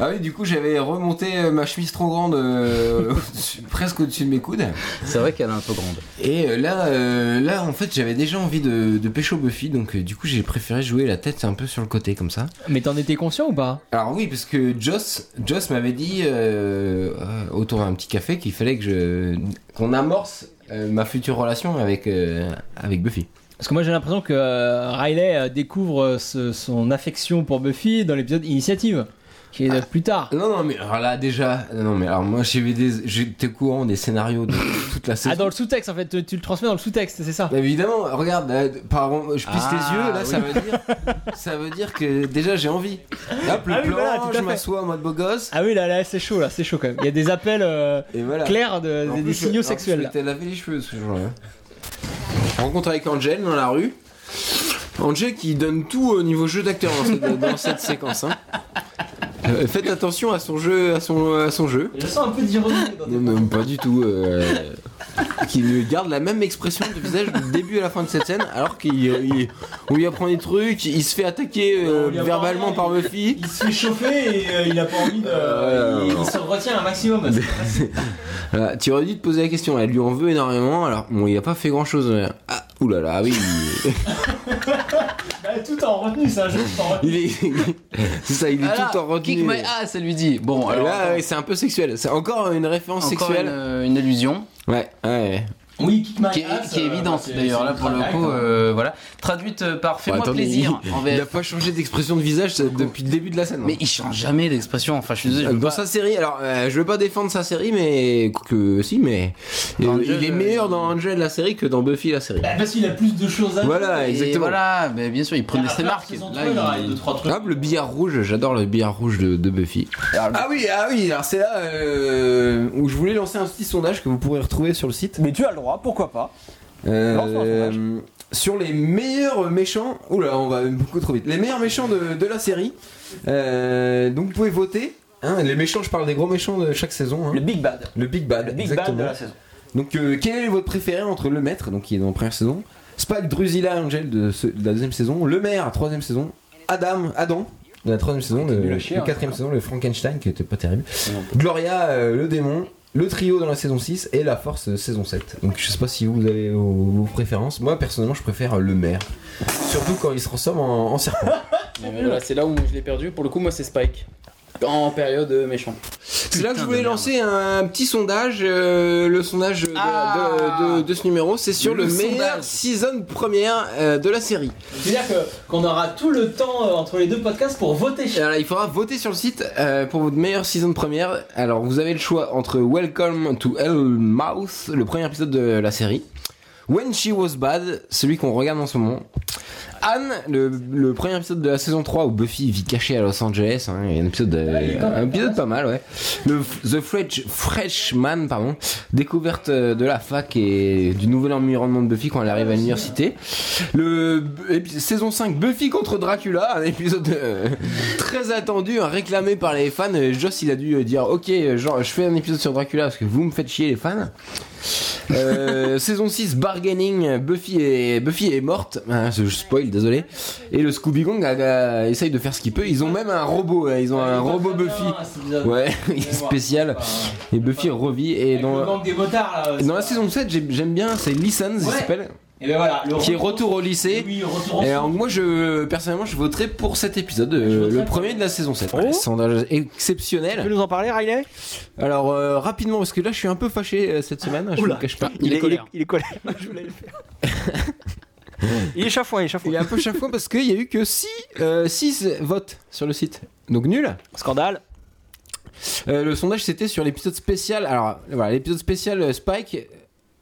Ah oui, du coup, j'avais remonté euh, ma chemise trop grande, euh, au-dessus- presque au-dessus de mes coudes.
C'est vrai qu'elle est un peu grande.
Et euh, là, euh, là, en fait, j'avais déjà envie de, de pécho Buffy, donc euh, du coup, j'ai préféré jouer la tête un peu sur le côté comme ça.
Mais t'en étais conscient ou pas
Alors oui, parce que Joss, Joss m'avait dit euh, euh, autour d'un petit café qu'il fallait que je qu'on amorce euh, ma future relation avec euh, avec Buffy.
Parce que moi j'ai l'impression que euh, Riley euh, découvre euh, ce- son affection pour Buffy dans l'épisode Initiative, qui
Ah.
est euh, plus tard.
Non, non, mais alors là déjà, non, mais alors moi j'ai vu des, j'étais au courant des scénarios de toute la saison.
Ah, dans le sous-texte en fait, tu, tu le transmets dans le sous-texte, c'est ça
Évidemment, regarde, là, par- je pisse
Ah,
les yeux, là,
oui.
ça veut dire, ça veut dire que déjà j'ai envie. Hop, le
Ah oui,
plan,
voilà, tout à
je
fait.
m'assois en mode beau gosse,
Ah oui, là, là, c'est chaud, là, c'est chaud quand même. Il y a des appels euh,
et voilà.
clairs, de-
En
des, des
plus,
signaux
je- en plus,
sexuels.
Je
là.
m'étais lavé les cheveux ce jour-là. hein. Rencontre avec Angel dans la rue. Angel qui donne tout au niveau jeu d'acteur dans, cette- dans cette séquence. hein. Euh, faites attention à son jeu, à son, à son jeu.
Je sens un peu d'ironie. dans-
Non, non, pas du tout. euh, qui lui garde la même expression de visage du début à la fin de cette scène, alors euh, qu'on lui apprend des trucs, il se fait attaquer euh,
On lui apprend
verbalement
rien,
par Buffy.
Il se fait chauffer et euh, il a pas envie de.
Euh,
il,
non.
il se retient un maximum. parce que-
Voilà, tu aurais dû te poser la question, elle lui en veut énormément, alors bon, il a pas fait grand chose. Ah, oulala, oui.
Bah, tout en retenue, c'est un jeu tout en retenue.
Il est... c'est ça, il est tout en
Kick
retenu.
my ass, elle lui dit. Bon, alors.
Là,
attends,
ouais, c'est un peu sexuel. C'est encore une référence
encore
sexuelle.
Une, euh, une allusion
Ouais, ouais, ouais.
Oui, kick my
qui est,
ass,
qui est
euh,
évidente
c'est-
d'ailleurs
c'est
là
une
pour le
traque,
coup
hein.
euh, voilà traduite euh, par fais-moi
Attends, mais
plaisir
Bah, il-
en
Il
VF.
a pas changé d'expression de visage ça, depuis le début de la scène.
mais il change jamais d'expression enfin je suis désolé je
Euh,
peux
Dans
pas-
sa série, alors euh, je veux pas défendre sa série, mais que si, mais euh,
Angel,
il est
euh,
meilleur dans Angel la série que dans Buffy la série.
Bah, parce qu'il a plus de choses à
Voilà,
Et
exactement.
voilà mais bien sûr il prenait
Après,
ses marques
saison
Là,
deux,
il-
là, il y a deux, trois trucs.
Hop, le billard rouge, j'adore le billard rouge de, de Buffy. Ah oui, ah oui, alors c'est là euh, où je voulais lancer un petit sondage que vous pourrez retrouver sur le site.
Mais tu as le droit, pourquoi pas
Euh,
Lance un sondage.
euh,
sur les meilleurs méchants. Oula, on va beaucoup trop vite. Les meilleurs méchants de, de la série. Euh, donc vous pouvez voter. hein. les méchants, je parle des gros méchants de chaque saison. hein.
Le Big Bad.
Le Big Bad,
Le Big
exactement.
Bad de la saison.
Donc, euh, quel est votre préféré entre le maître, donc qui est dans la première saison, Spike, Drusilla, Angel de, ce- de la deuxième saison, le maire, troisième saison, Adam, Adam de la troisième saison, le,
nul à chier,
le
hein,
quatrième saison, le Frankenstein qui était pas terrible,
Non.
Gloria, euh, le démon, le trio dans la saison 6 et la force euh, saison 7. Donc, je sais pas si vous avez vos, vos préférences. Moi, personnellement, je préfère le maire, surtout quand il se transforme en, en serpent.
Mais
hein.
voilà, c'est là où je l'ai perdu. Pour le coup, moi, c'est Spike. En période euh, méchant.
C'est là que
Putain
je voulais
de merde.
lancer un petit sondage, euh, le sondage de, la- de- de- de ce numéro, c'est sur le,
Le
meilleur
sondage.
season première euh, de la série.
C'est-à-dire que- qu'on aura tout le temps euh, entre les deux podcasts pour voter.
Et alors, il faudra voter sur le site euh, pour votre meilleure season première. Alors, vous avez le choix entre Welcome to Hellmouth, le premier épisode de la série, When She Was Bad, celui qu'on regarde en ce moment, Anne, le, le premier épisode de la saison 3 où Buffy vit cachée à Los Angeles, hein, il y a un épisode, euh, un épisode pas mal, ouais. Le, the Fresh, Freshman, pardon, découverte euh, de la fac et du nouvel environnement de Buffy quand elle arrive à l'université. Le épi- saison 5 Buffy contre Dracula, un épisode euh, très attendu, hein, réclamé par les fans. Euh, Joss il a dû euh, dire ok euh, genre je fais un épisode sur Dracula parce que vous me faites chier les fans. Euh, saison 6 Bargaining, euh, Buffy est, Buffy est morte, Ah, je spoil désolé. Et le Scooby Gong a- a- essaye de faire ce qu'il peut. Ils ont même un robot, hein, ils ont un robot Buffy.
hein,
Ouais, il est spécial. Et Buffy revit. Et
Avec le
dans,
manque des motards là.
et dans la saison 7, j'ai- j'aime bien, c'est Listens, il
Ouais.
s'appelle,
Et ben voilà, le
qui est retour au lycée.
Oui, retour en
Et alors, moi, je, personnellement, je voterai pour cet épisode, euh,
Je voterai
le
pour-
premier de la saison 7.
Oh.
Voilà, sondage
Tu peux
exceptionnel.
nous en parler, Riley
Alors, euh, rapidement, parce que là, je suis un peu fâché euh, cette semaine, je vous le cache pas.
il,
est
est, il, est,
colère.
il est colère. Je voulais le faire. il est chafouin, il est
Il est
chafouin.
un peu chaque fois parce qu'il y a eu que 6 votes sur le site. Donc, nul.
Scandale.
Euh, le sondage, c'était sur l'épisode spécial. Alors, voilà, l'épisode spécial euh, Spike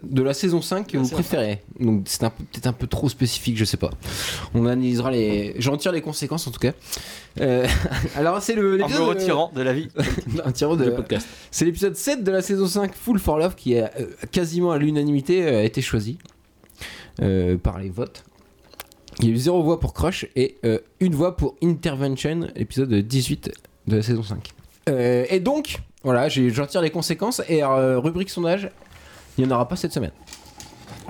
de la saison 5 que vous préférez. Donc, c'est un peu- peut-être un peu trop spécifique, je sais pas. On analysera les. J'en tire les conséquences en tout cas. Euh, alors, c'est le.
En me
l'épisode, euh,
retirant de la vie.
un tirant de
Le podcast.
C'est l'épisode 7 de la saison 5 Full for Love qui a euh, quasiment à l'unanimité euh, été choisi euh, par les votes. Il y a eu 0 voix pour Crush et euh, une voix pour Intervention, épisode 18 de la saison 5. Euh, et donc, voilà, j'ai- j'en tire les conséquences et euh, rubrique sondage, il n'y en aura pas cette semaine.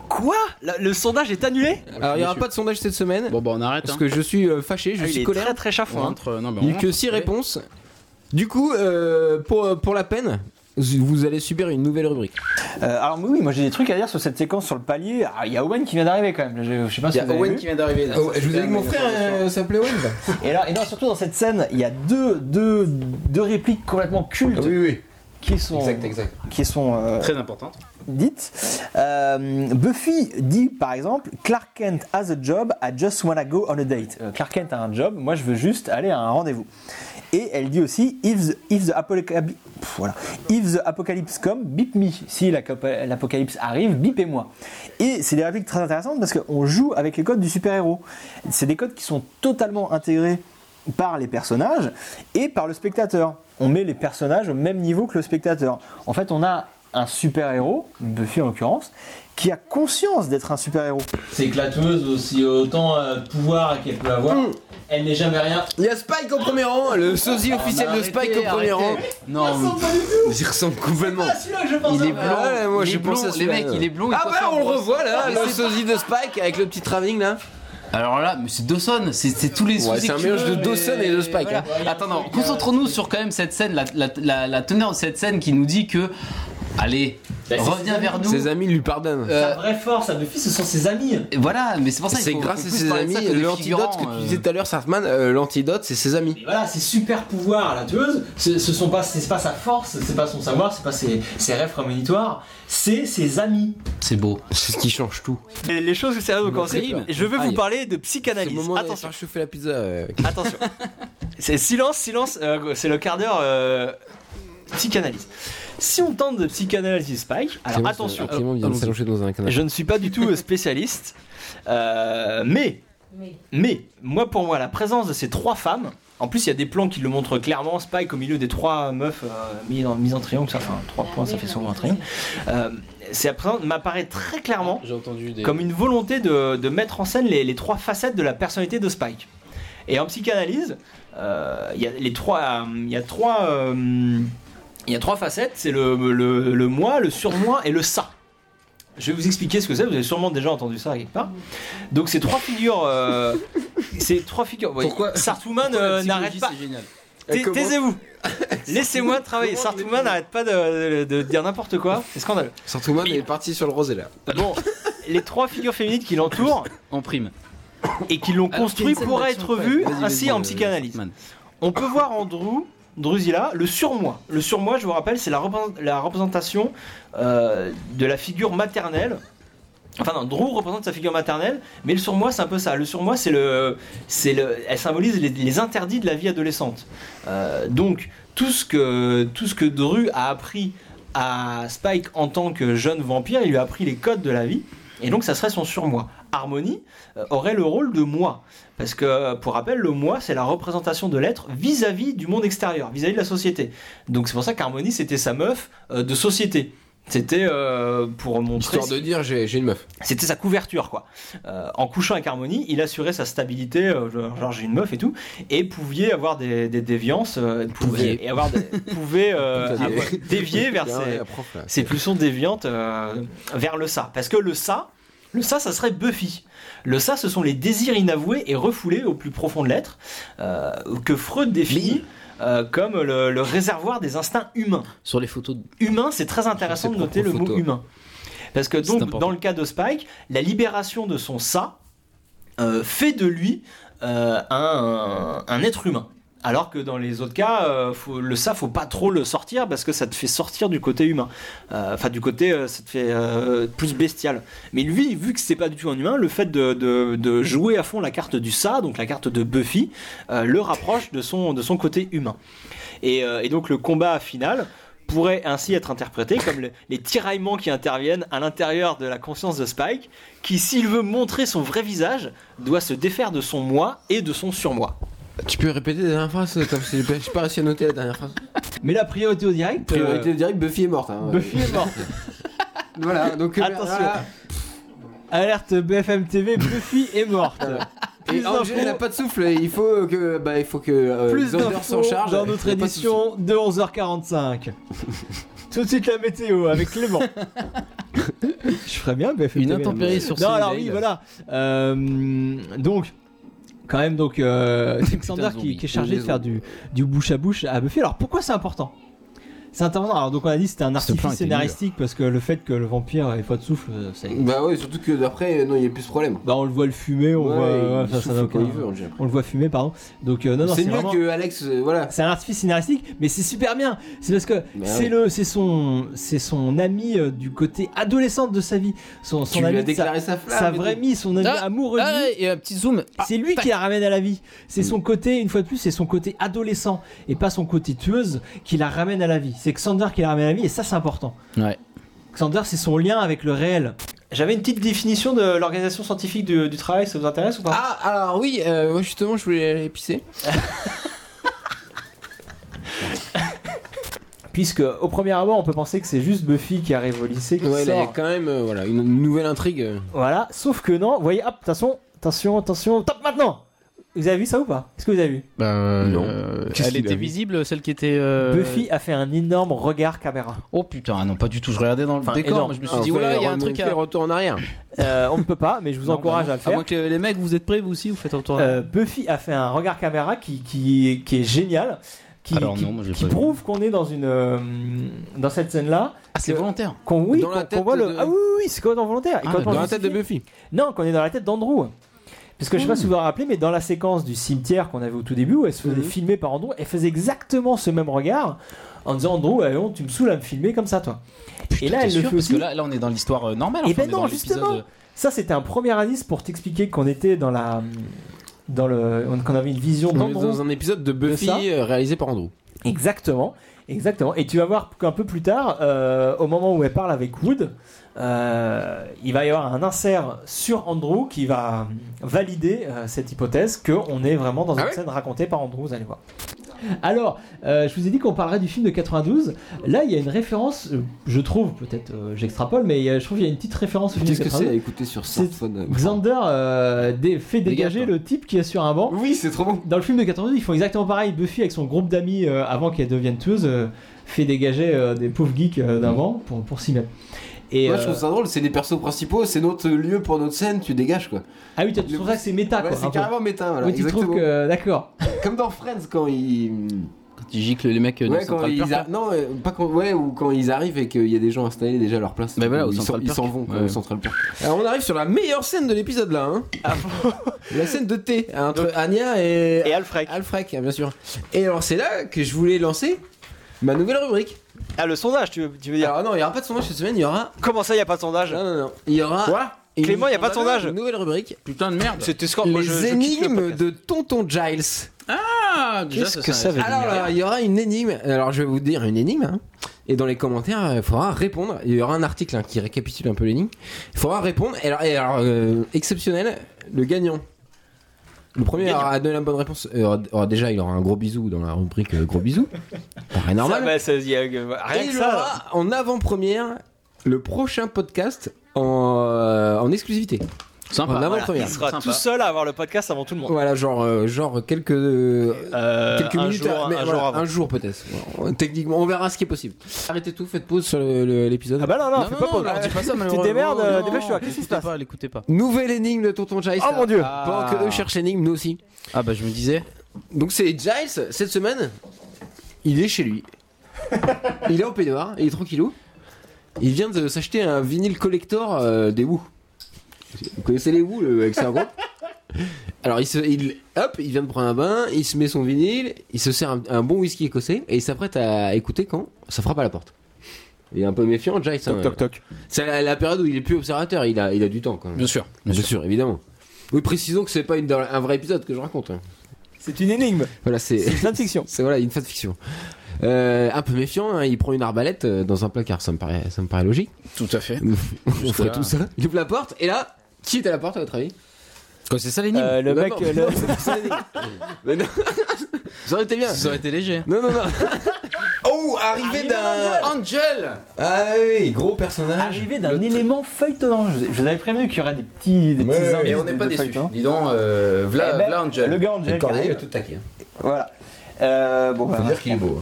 Quoi La- Le sondage est annulé
Alors, il n'y aura pas de sondage cette semaine
Bon, bah, on arrête.
parce
Hein.
que je suis euh, fâché, je
Ah, Il
suis
est
colère.
très très
On
chafouin. hein.
rentre. euh, Non, bah, on
Il n'y a eu
rentre.
que 6 réponses. Du coup, euh, pour, pour la peine, vous allez subir une nouvelle rubrique.
Euh, alors oui, oui, moi j'ai des trucs à dire sur cette séquence sur le palier. Ah, Il y a Owen qui vient d'arriver quand même. Je, je sais pas si vous avez vu.
vient d'arriver. là.
Oh, je vous ai dit que mon frère euh, s'appelait Wayne.
Et là, et non, surtout dans cette scène, il y a deux, deux, deux répliques complètement
Ah
cultes
Ah oui.
qui sont,
Exact, exact.
Qui sont euh,
Très importante.
dites. Euh, Buffy dit par exemple Clark Kent has a job, I just wanna go on a date. Euh, Clark Kent a un job, moi je veux juste aller à un rendez-vous. Et elle dit aussi if the, if the, apocalypse, voilà. if the apocalypse come, beep me. Si l'apoca- l'apocalypse arrive, bipez-moi. Et c'est des répliques très intéressantes parce qu'on joue avec les codes du super-héros. C'est des codes qui sont totalement intégrés par les personnages et par le spectateur. On met les personnages au même niveau que le spectateur. En fait, on a un super-héros, Buffy en l'occurrence, qui a conscience d'être un super-héros.
C'est éclateuse aussi, autant euh, de pouvoir qu'elle peut
Mm.
avoir. Elle n'est jamais rien.
Hum, Il y a Spike au premier rang, le sosie officiel de Spike au premier rang.
Non, mais-
Il ressemble complètement.
celui-là je pense.
il est
à-
blanc.
Ouais, moi,
il
je
est
pense
blond.
à
Les
celui-là,
mecs,
ouais.
il est blond. il
Ah
porte
bah
un
on le
gros-
revoit là,
Mais
le
c'est-
sosie de Spike avec le petit travelling là.
Alors là, mais c'est Dawson, c'est c'est tous les
Ouais,
soucis
c'est un
que tu
mélange
veux,
de Dawson
mais-
et de Spike,
voilà.
hein.
Attends, non, concentrons-nous sur quand même cette scène, la, la- la- la teneur de cette scène qui nous dit que, allez,
Bah,
reviens vers nous.
Ses amis lui pardonnent.
Euh,
Sa vraie force à Buffy, ce sont ses amis.
et voilà, mais c'est pour ça qu'il
C'est
faut-
grâce
faut
à
plus
ses
parler de
amis,
ça que de
l'antidote
figurants,
que tu
euh.
disais tout à l'heure, Sartman, euh, l'antidote c'est ses amis.
Et voilà, ses super pouvoirs à la tueuse, ce, ce sont pas, c'est pas sa force, c'est pas son savoir, c'est pas ses, ses rêves prémonitoires, c'est ses amis.
C'est beau.
C'est ce qui change tout.
Et les choses sérieuses ont commencé.
prime.
Je vais
Aïe.
vous parler
C'est
de
le
psychanalyse.
moment d'aller
Attention,
faire chauffer la pizza. euh,
attention. C'est silence, silence. euh, c'est le quart d'heure euh, psychanalyse. Si on tente de psychanalyser Spike, alors
Clément,
attention.
euh, Clément vient de
Allons-y.
s'allonger dans un canapé.
Je ne suis pas du tout euh, spécialiste, euh, mais, mais, moi pour moi, la présence de ces trois femmes
En plus, il y a des plans qui le montrent clairement. Spike au milieu des trois meufs euh, mises en, mises en triangle, ça fait un-
Oh,
trois points, ça fait souvent un triangle. Euh, c'est à présent m'apparaît très clairement
J'ai entendu des.
comme une volonté de, de mettre en scène les, les trois facettes de la personnalité de Spike. Et en psychanalyse, euh, il y a les trois, euh, il y a trois, euh, il y a trois facettes. C'est le, le, le moi, le surmoi et le ça. Je vais vous expliquer ce que c'est. Vous avez sûrement déjà entendu ça quelque part. Donc ces trois figures, euh, ces trois figures. oui,
Pourquoi-
Sartwoman
La
euh,
psychologie,
n'arrête pas.
C'est Euh, génial.
Tais-
comment-
Taisez-vous. Laissez-moi travailler. Sartwoman n'arrête pas de, de- de dire n'importe quoi. C'est scandaleux.
Surtout moi, est parti sur le rosé là.
Bon, les trois figures féminines qui l'entourent
En prime.
et qui l'ont
Alors,
construit
qu'il y a une
pour
scène d'action,
être
ouais.
vu
Vas-y, vas-y,
ainsi en
euh,
psychanalyse.
Batman.
On peut voir en Drew, Drusilla, le surmoi. Le surmoi, je vous rappelle, c'est la, repré- la représentation euh, de la figure maternelle. Enfin non, Drew représente sa figure maternelle, mais le surmoi c'est un peu ça. Le surmoi c'est le, c'est le, elle symbolise les, les interdits de la vie adolescente. Euh, donc tout ce que tout ce que Drew a appris à Spike en tant que jeune vampire, il lui a appris les codes de la vie, et donc ça serait son surmoi. Harmony euh, aurait le rôle de moi, parce que pour rappel, le moi c'est la représentation de l'être vis-à-vis du monde extérieur, vis-à-vis de la société. Donc c'est pour ça qu'Harmony c'était sa meuf euh, de société. C'était euh, pour montrer
Histoire de dire, j'ai j'ai une meuf.
c'était sa couverture quoi. Euh, en couchant avec Harmonie, il assurait sa stabilité, euh, genre genre, j'ai une meuf et tout, et pouviez avoir des, des déviances, euh, pouviez-
Pouviez.
et avoir des, pouvait euh,
Pouviez.
avoir- dévier vers
Putain,
ses,
la prof, là.
ses pulsions déviantes euh, vers le ça, parce que le ça, le ça, ça serait Buffy. Le ça, ce sont les désirs inavoués et refoulés au plus profond de l'être euh, que Freud définit euh, comme le- le réservoir des instincts humains
Sur les photos. de-
humain, c'est très intéressant
Sur ses
de noter le
propres
mot
photos.
humain. Parce que
C'est
donc,
important.
dans le cas de Spike, la libération de son ça euh, fait de lui euh, un, un être humain. Alors que dans les autres cas, euh, faut- le ça, faut pas trop le sortir parce que ça te fait sortir du côté humain. Euh, Enfin, du côté, euh, ça te fait euh, plus bestial. Mais lui, vu que c'est pas du tout un humain, le fait de, de- de jouer à fond la carte du ça, donc la carte de Buffy, euh, le rapproche de son, de son côté humain. Et, euh, et donc le combat final pourrait ainsi être interprété comme le- les tiraillements qui interviennent à l'intérieur de la conscience de Spike, qui s'il veut montrer son vrai visage, doit se défaire de son moi et de son surmoi.
Tu peux répéter la dernière phrase comme si j'ai pas- j'ai pas réussi à noter la dernière phrase.
Mais la priorité au direct. euh,
Priorité directe, Buffy est morte. hein.
Buffy est morte.
Voilà, donc euh,
Attention.
voilà.
Alerte BFM TV, Buffy est morte.
Et
Plus
Angel n'a
d'infos-
pas de souffle, il faut que bah il faut que euh,
plus
Xander s'en
d'infos
charge.
dans notre
Il a pas de souffle.
édition de 11h45. Tout de suite la météo avec Clément. Je ferais bien BFM
Une
TV,
intempérie
mais-
sur
Non,
Sunnydale.
alors oui, voilà. Euh, donc, quand même, donc, euh, c'est Xander qui,
zombies.
qui est chargé de
Des
faire du, du bouche à bouche à Buffy. Alors pourquoi c'est important c'est important. Alors donc on a dit que c'était un
plan
artifice
était
scénaristique parce que le fait que le vampire ait pas de souffle, euh, ça.
Bah ouais, surtout que d'après euh, non, il y a plus de problème.
Bah on le voit le fumer, on
Ouais,
voit.
il
ouais, ça, ça
souffle
n'a
quand
aucun-
il veut, Angel.
on le voit fumer, pardon. Donc euh, non, non,
C'est
c'est
mieux
vraiment-
que Alex euh, voilà.
c'est un artifice scénaristique, mais c'est super bien. C'est parce que
Bah
c'est
ouais.
le, c'est son, c'est son ami euh, du côté adolescente de sa vie, son, son
Tu lui
ami,
as
de sa,
déclaré sa
sa
flamme. et
vraie
tout.
mie, son ami
Ah,
amoureux. de
Ah,
lui.
et un petit zoom. Ah,
C'est lui
tac.
qui la ramène à la vie. C'est son côté, une fois de plus, c'est son côté adolescent et pas son côté tueuse qui la ramène à la vie. C'est Xander qui la ramène à la vie et ça c'est important.
Ouais.
Xander c'est son lien avec le réel.
J'avais une petite définition de l'organisation scientifique du, du travail, ça vous intéresse ou pas
Ah alors oui, euh, moi, justement, je voulais aller pisser.
Ah, Puisque au premier abord on peut penser que c'est juste Buffy qui arrive au lycée qui
Ouais, il y a
sort.
quand même euh, voilà, une nouvelle intrigue. euh.
Voilà, sauf que non, vous voyez, hop, attention, attention, attention, top maintenant Vous avez vu ça ou pas Est-ce que vous avez vu
Non.
Qu'est-ce
qu'il
ben, euh, elle
a
était
vu
visible, celle qui était. euh,
Buffy a fait un énorme regard caméra.
Oh putain, ah non, pas du tout. Je regardais dans le
Enfin,
décor.
énorme.
moi, je me suis
Ah,
dit,
faut
voilà, il y a un
remonter,
truc à.
retour en arrière.
Euh, on ne peut pas, mais je vous
Non,
encourage
bah non.
à le faire.
moins que les mecs, vous êtes prêts, vous aussi, vous faites un tour.
Euh, Buffy a fait un regard caméra qui, qui, qui est génial, qui,
Alors
qui-
non, moi, je l'ai
qui
pas vu.
prouve qu'on est dans une euh, dans cette scène-là,
Ah, c'est
que-
volontaire.
qu'on oui,
Dans
qu'on
la
qu'on
tête
voit le
de-
ah oui, oui, oui, c'est complètement volontaire. Et
Ah,
complètement
Dans la tête de
justifié.
Buffy.
Non, qu'on est dans la tête d'Andrew. Parce que je sais pas
Hmm.
si vous vous rappelez, mais dans la séquence du cimetière qu'on avait au tout début, où elle se faisait
Mhm.
filmer par Andrew, elle faisait exactement ce même regard en disant Andrew, allons, tu me saoules à me filmer comme ça, toi. et là,
T'es
elle le
sûr
fait
Parce
aussi.
que là, là, on est dans l'histoire euh, normale.
Eh
enfin,
ben
on est dans
non,
l'épisode,
justement.
euh,
Ça, c'était un premier indice pour t'expliquer qu'on était dans la. Dans le, on- qu'on avait une vision
On est
d'Andrew.
dans un épisode de Buffy
ça
euh, réalisé par Andrew.
Exactement, exactement. Et tu vas voir qu'un peu plus tard, euh, au moment où elle parle avec Wood,
euh, il va y avoir un insert sur Andrew qui va valider euh, cette hypothèse qu'on est vraiment dans
Ah
une
ouais
scène racontée par Andrew, vous allez voir.
Alors, euh, je vous ai dit qu'on parlerait du film de 92. Là, il y a une référence, euh, je trouve, peut-être euh, j'extrapole, mais euh, je trouve qu'il y a une petite référence au film de
Qu'est-ce que c'est à
92.
écouter sur
C'est-
smartphone
Xander euh, dé- fait dégager
toi.
le type qui est sur un banc.
Oui, c'est trop bon.
Dans le film de 92, ils font exactement pareil. Buffy, avec son groupe d'amis, euh, avant qu'elle devienne tueuse, euh, fait dégager euh, des pauvres geeks euh,
Mm.
d'un banc pour, pour s'y mettre. Et,
Moi, je
euh,
trouve ça drôle, c'est les persos principaux, c'est notre lieu pour notre scène, tu dégages quoi.
Ah oui, toi, tu trouves ça que c'est méta,
Ouais,
quoi. un
c'est
peu.
carrément méta, voilà.
Oui, tu
exactement.
trouves que. D'accord.
Comme dans Friends quand ils.
Quand ils giclent les mecs euh, dans
Ouais, quand
Central
ils
Perk, là.
a- non, euh, pas quand... ouais, ou quand ils arrivent et qu'il y a des gens installés déjà à leur place.
Bah voilà, au
ils s'en-
Central
ils s'en
Perk.
vont quoi,
Ouais.
au Central Perk.
Alors on arrive sur la meilleure scène de l'épisode là. Hein.
Ah.
la scène de thé hein, entre Anya et,
Et Alfred,
Alfrec, bien sûr. Et alors c'est là que je voulais lancer ma nouvelle rubrique.
ah, le sondage, tu veux, tu veux dire
Alors non, il n'y aura pas de sondage cette semaine, il y aura...
Comment ça, il n'y a pas de sondage
Non, non, non. Il y aura...
Quoi
une-
Clément, il y a pas de sondage.
Une nouvelle rubrique.
Putain de merde.
C'était score.
les
moi, je- je quitte le
énigmes
podcast.
de Tonton Giles.
Ah, déjà,
Qu'est-ce que ça
ça
veut
Alors
dire
là, il y aura une énigme. Alors je vais vous dire une énigme. hein. Et dans les commentaires, euh, il faudra répondre. Il y aura un article hein, qui récapitule un peu l'énigme. Il faudra répondre. Et alors, et alors, euh, exceptionnel, le gagnant. Le premier à donner la bonne réponse. euh, aura- aura- déjà, il aura un gros bisou dans la rubrique euh, gros bisou. Pareil
Ça,
normal.
bah, ça, y a- euh,
Et
Rien que
il
ça.
aura en avant-première le prochain podcast en, euh, en exclusivité.
Sympa.
En avant-première.
Il sera
Sympa.
tout seul à avoir le podcast avant tout le monde.
Voilà, genre, euh, genre quelques,
Euh,
Oh. quelques
un
minutes,
jour-
mais
un
voilà,
jour avant.
un jour peut-être. Bon, Techniquement, on verra ce qui est possible. Arrêtez tout, faites pause sur le- le- l'épisode.
Ah bah non, non,
Non,
fais
non,
pas
non,
pause.
on dit pas ça,
tu te
malheureusement.
démerdes, euh,
Non,
dépêche-toi, qu'est-ce qui se
l'écoutez
passe
pas, l'écoutez pas.
Nouvelle énigme de Tonton Giles.
Oh mon dieu
Pendant que eux cherchent l'énigme, nous aussi.
Ah bah je me disais.
Donc c'est Giles, cette semaine, il est chez lui. il est en peignoir, il est tranquillou. Il vient de s'acheter un vinyle collector euh, des Who. Vous connaissez les Who, le ex groupe Alors il, se, il, hop, il vient de prendre un bain, il se met son vinyle, il se sert un, un bon whisky écossais et il s'apprête à écouter quand ça frappe à la porte. Il est un peu méfiant, Giles. hein.
Toc toc toc.
C'est la, la période où il est plus observateur, il a, il a du temps quand même.
Bien sûr.
Bien sûr, évidemment. Oui, précisons que c'est pas une- un vrai épisode que je raconte. hein.
C'est une énigme.
Voilà,
C'est une fanfiction.
c'est voilà une fanfiction. Euh, un peu méfiant, hein, il prend une arbalète euh, dans un placard, ça me paraît, ça me paraît logique.
Tout à fait.
On ferait
là.
tout ça. Il ouvre la porte et là, qui est à la porte à votre avis
Quoi, c'est ça l'énigme
Euh, Le
Non,
mec,
non,
euh, le-
non, c'est ça, l'énigme. Mais non. Ça aurait été bien.
Ça aurait été léger.
Non, non, non. Oh, arrivé d'un.
Angel
Ah oui, gros personnage.
Arrivé d'un élément feuilletonnant. Je vous- je vous avais prévenu qu'il y aurait des petits. Des
euh,
petits indices de- de feuilletonnant.
Dis donc, euh,
Eh ben, Le gars Angel. qui arrive.
tout taqué.
hein.
Voilà. Euh, bon, bah,
qu'il est beau.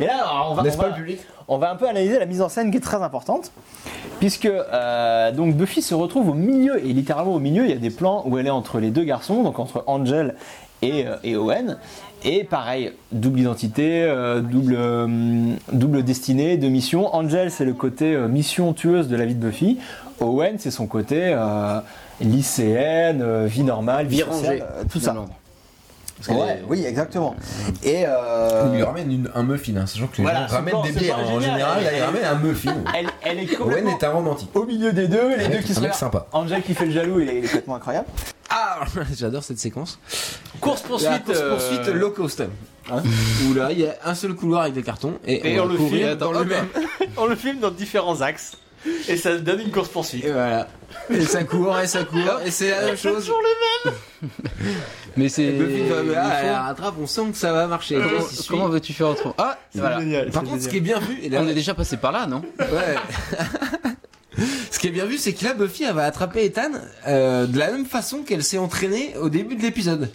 Et là, alors, on va, on va-
public
on va un peu analyser la mise en scène qui est très importante, puisque euh, donc Buffy se retrouve au milieu, et littéralement au milieu, il y a des plans où elle est entre les deux garçons, donc entre Angel et, euh, et Owen. Et pareil, double identité, euh, double, euh, double destinée, de mission. Angel, c'est le côté euh, mission tueuse de la vie de Buffy. Owen, c'est son côté euh, lycéenne, euh, vie normale, vie sociale, euh, tout ça. Ouais, oui, exactement. Et euh,
Il lui ramène une- un muffin, hein, sachant que les
Voilà,
gens ramènent
c'est
des
pas-
bières. hein.
c'est pas
En
génial.
général, là, il ramène un muffin.
elle, elle est
Owen
complètement
est un romantique.
au milieu des deux, les
Un
deux
mec-
qui se
un mec
regardent.
sympa.
Angel qui fait le jaloux, il est, il est complètement incroyable.
Ah, j'adore cette séquence.
Course
La
poursuite.
course poursuite
euh,
low cost. Hein, où là, il y a un seul couloir avec des cartons et,
Et on
va
le
courir
filme
dans
dans
le
le
même.
On le filme dans différents axes. Et ça donne une course
Et
poursuite.
voilà. Et ça court et ça court et c'est la même chose.
Mais c'est.
Et Buffy va-
il
ah, elle
faut-
rattrape, on sent que ça va marcher.
Comment-
Jess, il suit.
Comment veux-tu faire autrement Ah voilà.
Par contre, ce qui est bien vu, et là,
On est déjà passé par là, non
ouais. ce qui est bien vu, c'est que là, Buffy, elle va attraper Ethan euh, de la même façon qu'elle s'est entraînée au début de l'épisode.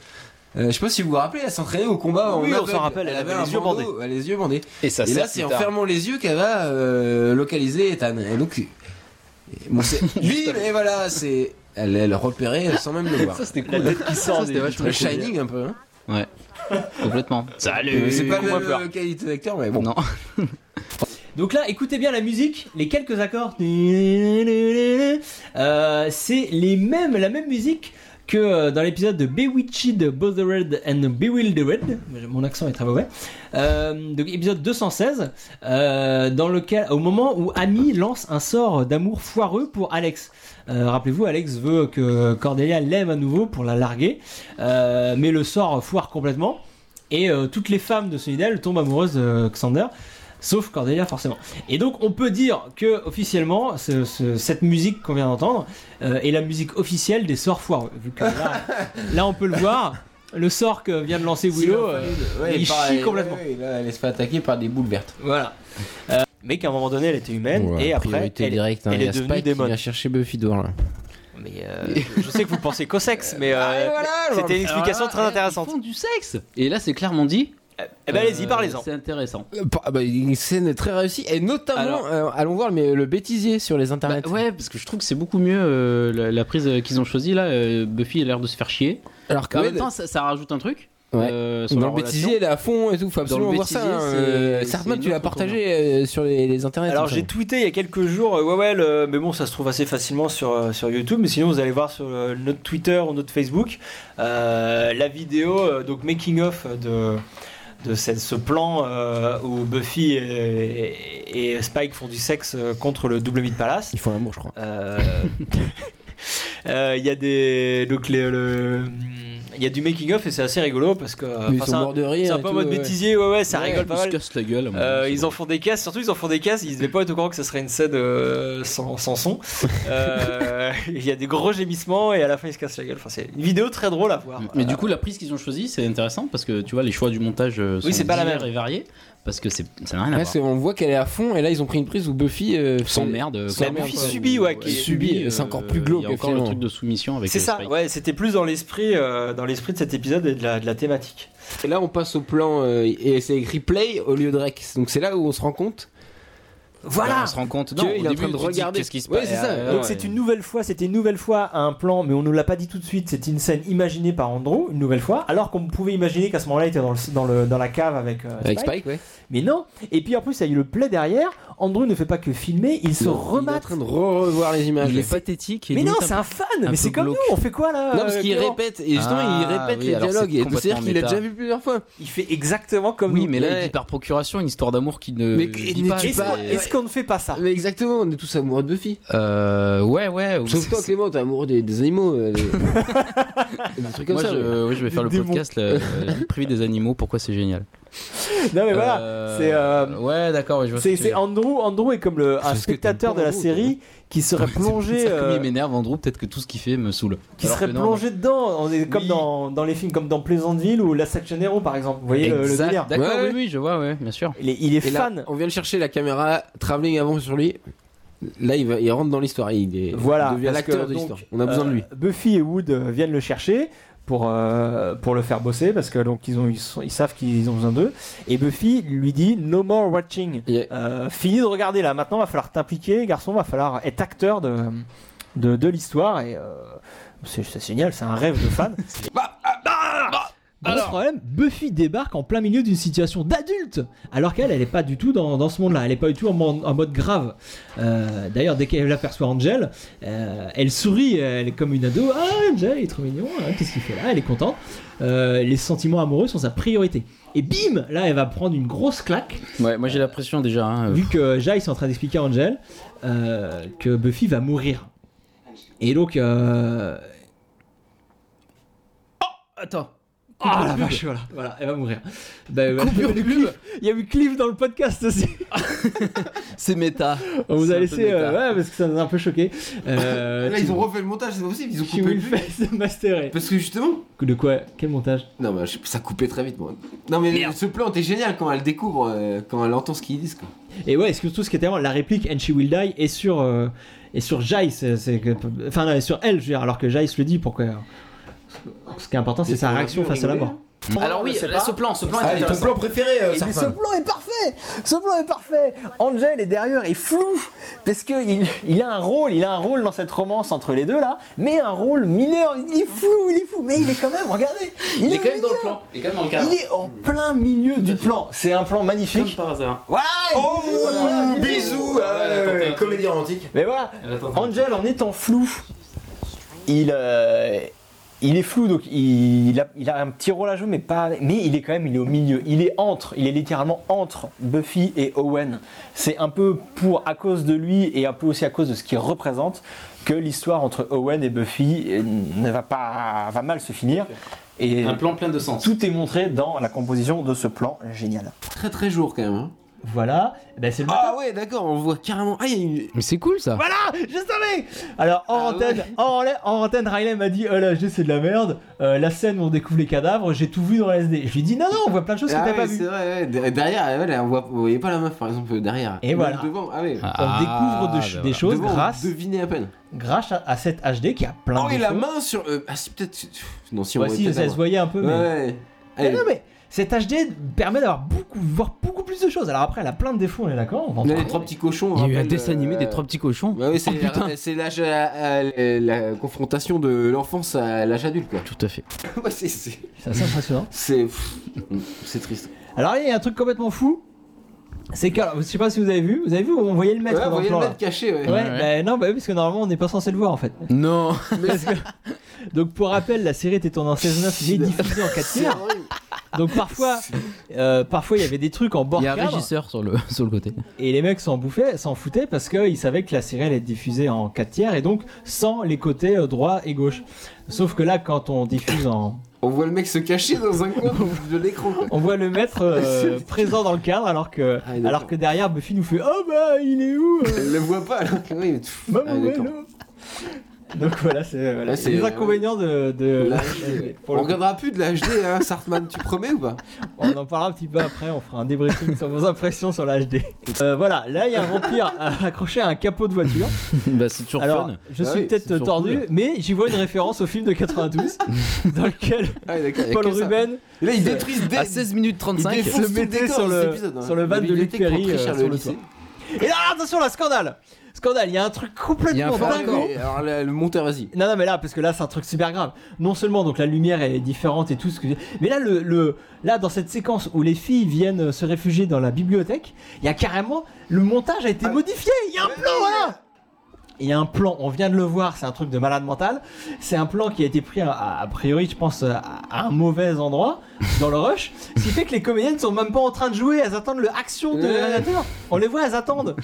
Euh, je sais pas si vous vous rappelez, elle s'entraînait au combat en
Oui, on
aveugle.
s'en rappelle, elle avait
un
les yeux
bandeau, Elle a les yeux bandés.
Et ça
Et là, c'est en fermant les yeux qu'elle va euh, localiser Ethan. Et donc, et- bon, c'est- lui, mais voilà, c'est. Elle elle l'a repéré sans même le voir.
c'était cool.
Qui
Ça,
sort
c'était
des-
vachement
Le Shining un peu. Hein.
Complètement.
Euh,
Salut
c'est pas
coup,
la
moins peur.
même qualité d'acteur, mais bon.
Non.
Donc là, écoutez bien la musique, les quelques accords. Euh, c'est les mêmes, la même musique que euh, dans l'épisode de Bewitched, Bothered and Bewildered. Mon accent est très mauvais. Euh, donc épisode 216, euh, dans lequel, au moment où Amy lance un sort d'amour foireux pour Alex. Euh, Rappelez-vous, Alex veut que Cordelia l'aime à nouveau pour la larguer, euh, mais le sort foire complètement. Et euh, toutes les femmes de son idole tombent amoureuses de Xander.
sauf Cordelia forcément. Et donc on peut dire que officiellement ce- ce- cette musique qu'on vient d'entendre euh, est la musique officielle des sorts foireux. Vu que là, là, on peut le voir, le sort que vient de lancer Willow, euh, il chie complètement.
là, elle se fait attaquer par des boules vertes.
Voilà. Euh,
Mais qu'à un moment donné, elle était humaine et après,
priorité
elle,
directe. hein,
elle
il y
est
a
devenue
Spike qui
démon.
vient chercher Buffy dehors.
Ah,
Là.
Mais euh, je sais que vous pensez qu'au sexe,
Ah,
mais euh, c'était une explication très intéressante.
Ils font du sexe. Et là, c'est clairement dit.
Eh ben allez-y,
Euh,
parlez-en.
C'est intéressant.
Bah, bah, une scène très réussie et notamment
Alors-
euh, allons voir mais le bêtisier sur les internets.
Bah ouais, parce que je trouve que c'est beaucoup mieux euh, la, la prise euh, qu'ils ont choisie là. euh, Buffy a l'air de se faire chier.
Alors que
En
ouais,
même temps, ça, ça rajoute un truc.
Ouais.
euh, sur
dans
leur
le bêtisier
relation.
elle est à fond et tout, faut absolument
le
voir ça.
bêtisier,
hein,
c'est-
euh,
c'est
Sartman,
une
tu l'as
autre
partagé euh, sur les, les internets.
Alors
enfin.
j'ai tweeté il y a quelques jours, euh, ouais ouais, le- mais bon ça se trouve assez facilement sur, euh, sur YouTube, mais sinon vous allez voir sur euh, notre Twitter ou notre Facebook euh, la vidéo, euh, donc making of de, de cette- ce plan euh, où Buffy et, et Spike font du sexe euh, contre le double mythe palace.
ils font l'amour je crois.
Euh, euh, Il y a des donc les- le-
mm,
il y a du making of et c'est assez rigolo parce que euh,
Mais ils
enfin,
sont
c'est un-
morts de rire.
c'est un
et
peu en
tout, euh.
mode
ouais.
bêtisier, ouais ouais, ça
Ouais,
rigole pas
Ils se
mal.
cassent la gueule. à mon
Euh,
avis, c'est
ils en font des casses, surtout ils en font des casses, ils devaient pas être au courant que ça serait une scène euh, sans, sans son. Euh, Il y a des gros gémissements et à la fin ils se cassent la gueule. Enfin, c'est une vidéo très drôle à voir.
Mais du coup, la prise qu'ils ont choisie, c'est intéressant parce que tu vois, les choix du montage euh, sont
Oui, c'est pas la
divers
même.
et variés parce que c'est ça n'a rien à
Ouais,
voir.
c'est- on voit qu'elle est à fond et là ils ont pris une prise où Buffy euh,
Sans
fait-
merde.
sans
la
merde,
Buffy
quoi.
subit, ouais, qui-
euh, subit, c'est encore plus
Il
glauque,
y a encore le
finalement.
truc de soumission avec.
C'est
euh,
ça,
Spike.
ouais, c'était plus dans l'esprit euh, dans l'esprit de cet épisode et de la, de la thématique.
Et là on passe au plan euh, et c'est écrit play au lieu de rec. Donc c'est là où on se rend compte.
Voilà. Bah, On se rend compte. Non,
Qu'il
au
est en train
début,
de
tu te dis,
regarder.
Qu'est-ce qui se
Ouais,
passe
c'est ça.
Euh,
Donc
ouais.
c'est une nouvelle fois, c'était une nouvelle fois un plan, mais on nous l'a pas dit tout de suite. C'était une scène imaginée par Andrew, une nouvelle fois, alors qu'on pouvait imaginer qu'à ce moment-là, il était dans, le, dans, le- dans la cave avec, euh,
Avec
Spike.
Spike ouais.
Mais non. Et puis en plus, il y a eu le play derrière. Andrew ne fait pas que filmer, il se
Il est en
remat.
train de re- revoir les images.
Il est
C'est-
pathétique. et
Mais non,
limite un
c'est un fan.
un
mais
peu
c'est comme
glauque.
nous. On fait quoi là
Non, parce
euh,
qu'il
Clément
répète, et justement,
Ah,
il répète
oui,
les
alors c'est
dialogues. et C'est-à-dire
complètement
qu'il l'a
méta.
déjà vu plusieurs fois.
Il fait exactement comme
Oui,
nous.
mais là,
Ouais.
il dit par procuration une histoire d'amour qui ne.
Mais
vit
qui n'est
pas,
tu
Est-ce
pas-
qu'on- est-ce qu'on ne fait pas ça
Mais exactement, on est tous amoureux de Buffy.
Euh, ouais, ouais.
Sauf toi, Clément, t'es amoureux des, des animaux. euh, des... des trucs comme
Moi,
ça.
je, oui, je vais faire le
démons.
podcast là, euh, privé des animaux. Pourquoi c'est génial
Non, mais voilà.
Euh,
c'est, euh,
Ouais, d'accord. ouais, je vois ce
C'est
que tu
c'est
veux dire.
Andrew. Andrew est comme le, un
parce que t'aimes
spectateur
pas
de la
Andrew,
série qui serait plongé,
Ça, Comme
euh,
il m'énerve, Andrew, peut-être que tout ce qu'il fait me saoule.
qui
Alors
serait
que non,
plongé dedans. On est comme
Oui.
dans, dans les films, comme dans Pleasantville ou La Section Hero par exemple. Vous voyez le, le
Exact,
délire.
D'accord,
Ouais, ouais.
oui, oui, je vois, ouais, bien sûr.
Il est, il est
Et là,
fan.
on vient de chercher la caméra, travelling avant sur lui. Là, il, va, il rentre dans l'histoire. Il, est-
Voilà,
il devient
parce
l'acteur
que,
de
donc,
l'histoire. On a besoin de lui.
Euh, Buffy et Wood euh, viennent le chercher pour, euh, pour le faire bosser parce que donc ils, ont, ils, sont- ils savent qu'ils ont besoin d'eux. Et Buffy lui dit No more watching.
Yeah.
Euh, fini de regarder là. Maintenant, va falloir t'impliquer, garçon. Va falloir être acteur de, de, de l'histoire. Et euh, c'est c'est génial, c'est un rêve de fan.
Gros problème, Buffy débarque en plein milieu d'une situation d'adulte, alors qu'elle, elle est pas du tout dans, dans ce monde-là, elle est pas du tout en, mon- en mode grave. Euh, D'ailleurs, dès qu'elle aperçoit Angel, euh, elle sourit, elle est comme une ado. Ah, Angel, il est trop mignon, hein, qu'est-ce qu'il fait là Elle est contente. Euh, les sentiments amoureux sont sa priorité. Et bim, là, elle va prendre une grosse claque,
Ouais, moi j'ai la pression déjà. hein, euh,
vu que Giles est en train d'expliquer à Angel euh, que Buffy va mourir. Et donc. euh,
Oh,
Attends.
Ah la vache, voilà, voilà, elle va mourir. Bah, bah, il y a eu Cliff- Il y a eu Cliff dans le podcast aussi.
C'est méta.
On vous
C'est
a
un
laissé,
peu
euh,
méta.
ouais, parce que ça nous a un peu choqué. Euh,
Là, ils ont refait le montage, c'est pas possible, ils ont
She
coupé
Will
le film.
Face Masteré.
Parce que justement,
De quoi Quel montage
non, mais je- ça coupait très vite, moi. Non, mais ce plan était génial quand elle découvre, euh, quand elle entend ce qu'ils disent, quoi.
Et ouais, est-ce que tout ce qui était vraiment la réplique And She Will Die est sur euh, est sur Jai, c'est- c'est que- enfin non, est sur elle, je veux dire, alors que Jai se le dit pourquoi. hein. Ce qui est important, c'est sa réaction face à la mort.
Alors oui, là, ce plan, ce plan est
Ah, et ton
intéressant.
plan préféré, euh,
Et mais ce
Sartman
plan est parfait Ce plan est parfait Angel est derrière et flou Parce que il, il a un rôle, il a un rôle dans cette romance entre les deux là, mais un rôle mineur, il est flou, il est flou, mais il est quand même, regardez Il,
Il
est,
est quand même dans le
mineur.
plan. Il est quand même dans le cadre.
Il est en plein milieu du plan, c'est un plan
Comme
magnifique.
par hasard.
Voilà,
Oh,
il- voilà.
bisous euh, Comédie romantique.
Mais voilà, Angel en étant flou, il, euh, il est flou, donc il, il a, il a un petit rôle à jouer, mais pas. Mais il est quand même, il est au milieu. Il est entre, il est littéralement entre Buffy et Owen. C'est un peu pour à cause de lui et un peu aussi à cause de ce qu'il représente que l'histoire entre Owen et Buffy euh, ne va pas, va mal se finir. Et
Un plan plein de sens.
tout est montré dans la composition de ce plan génial.
Très très jour quand même. hein.
Voilà, Eh ben, c'est le matin.
Ah ouais, d'accord, on voit carrément. Ah, il y a une.
Mais c'est cool ça.
Voilà, je savais Alors, en
Ah
antenne, en, enla- en antenne, Riley m'a dit Oh là, j'ai- c'est de la merde, Euh, la scène où on découvre les cadavres, j'ai tout vu dans la SD. Je lui ai dit Non, non, on voit plein de choses que
Ah
t'as
ouais,
pas
c'est
vues.
vrai, ouais. Der- Derrière, ouais, là, on voit... vous voyez pas la meuf par exemple derrière.
Et
Mais
voilà.
Devant, ah ouais.
On découvre de- des choses
Devant,
grâce,
vous devinez à peine.
grâce à, à cette HD qui a plein
Oh,
de
et
choses.
la main sur. euh, Ah, si, peut-être. Non, si, on
Ouais,
voit
si,
peut-être
ça
la
se
main.
voyait un peu, mais.
Ouais, ouais.
Mais
Allez.
Eh non, mais cette HD permet d'avoir beaucoup, voir beaucoup plus de choses. Alors après, elle a plein de défauts, on est d'accord on va en
Il y a
parler.
les trois petits cochons.
Il y a eu un
rappelle,
dessin animé
euh,
des trois petits cochons.
Bah oui, c'est
Oh, putain.
c'est l'âge, euh, euh, la confrontation de l'enfance à l'âge adulte, quoi.
Tout à fait.
Ouais, c'est- c'est-
C'est assez impressionnant.
c'est pff, c'est triste.
Alors là, il y a un truc complètement fou. C'est que, alors, je sais pas si vous avez vu, vous avez vu, on voyait le maître
Ouais, vous
dans le
voyez le
plan. là.
mètre caché, ouais.
Ouais,
Ouais, ouais.
bah non, bah oui, parce que normalement on n'est pas censé le voir en fait.
Non.
Parce que- Donc pour rappel, la série était tournée en 16-9 mais diffusée en 4 tiers. Donc parfois, euh, parfois il y avait des trucs en bord
Il y a un
cadre
régisseur sur le, sur le côté.
et les mecs s'en bouffaient, s'en foutaient parce qu'ils savaient que la série allait être diffusée en 4 tiers et donc sans les côtés euh, droit et gauche. Sauf que là, quand on diffuse en,
On voit le mec se cacher dans un coin de l'écran, quoi.
on voit le maître euh, présent dans le cadre alors que,
Ah, d'accord.
alors que derrière Buffy nous fait oh bah il est où euh,
Elle le voit pas, là. Oui, mais pff,
Maman,
ah, d'accord.
ouais, là. Donc voilà, c'est euh, voilà,
Là,
c'est
c'est-
les inconvénients de, de
La
la
HD.
pour Oh, le
On
coup.
regardera plus de la HD, hein, Sartman, tu promets ou pas
On en parlera un petit peu après, on fera un débriefing sur vos impressions sur la HD. Euh, voilà, là il y a un vampire euh, accroché à un capot de voiture.
bah, c'est toujours
Alors,
fun.
je suis
Ah oui,
c'est
peut-être
toujours
tordu,
cool.
mais j'y vois une référence au film de 92 dans lequel
Ah, d'accord, il y a
Paul
que ça.
Ruben
Et Là, il détruise des.
À 16 minutes 35.
il
se
défonce tout
mettait
décor
sur
dans
le-
cet épisode, hein.
sur le van
La
de
bibliothèque
Luc Perry,
pour tricher
euh,
le
sur le
lycée.
Et là, attention, la scandale Scandale, il y a un truc
Il y a
complètement
un fort
dingo.
D'accord, et Alors, là, le monteur, vas-y.
Non, non, mais là, parce que là, c'est un truc super grave. Non seulement, donc la lumière est différente et tout ce que. Mais là, le, le- là, dans cette séquence où les filles viennent euh, se réfugier dans la bibliothèque, il y a carrément le montage a été modifié. Il y a un plan, voilà. Il y a un plan. On vient de le voir. C'est un truc de malade mental. C'est un plan qui a été pris, à- à- a priori, je pense, à, à un mauvais endroit dans le rush, ce qui fait que les comédiennes sont même pas en train de jouer. Elles attendent le action de
Ouais.
réalisateur. On les voit, elles attendent.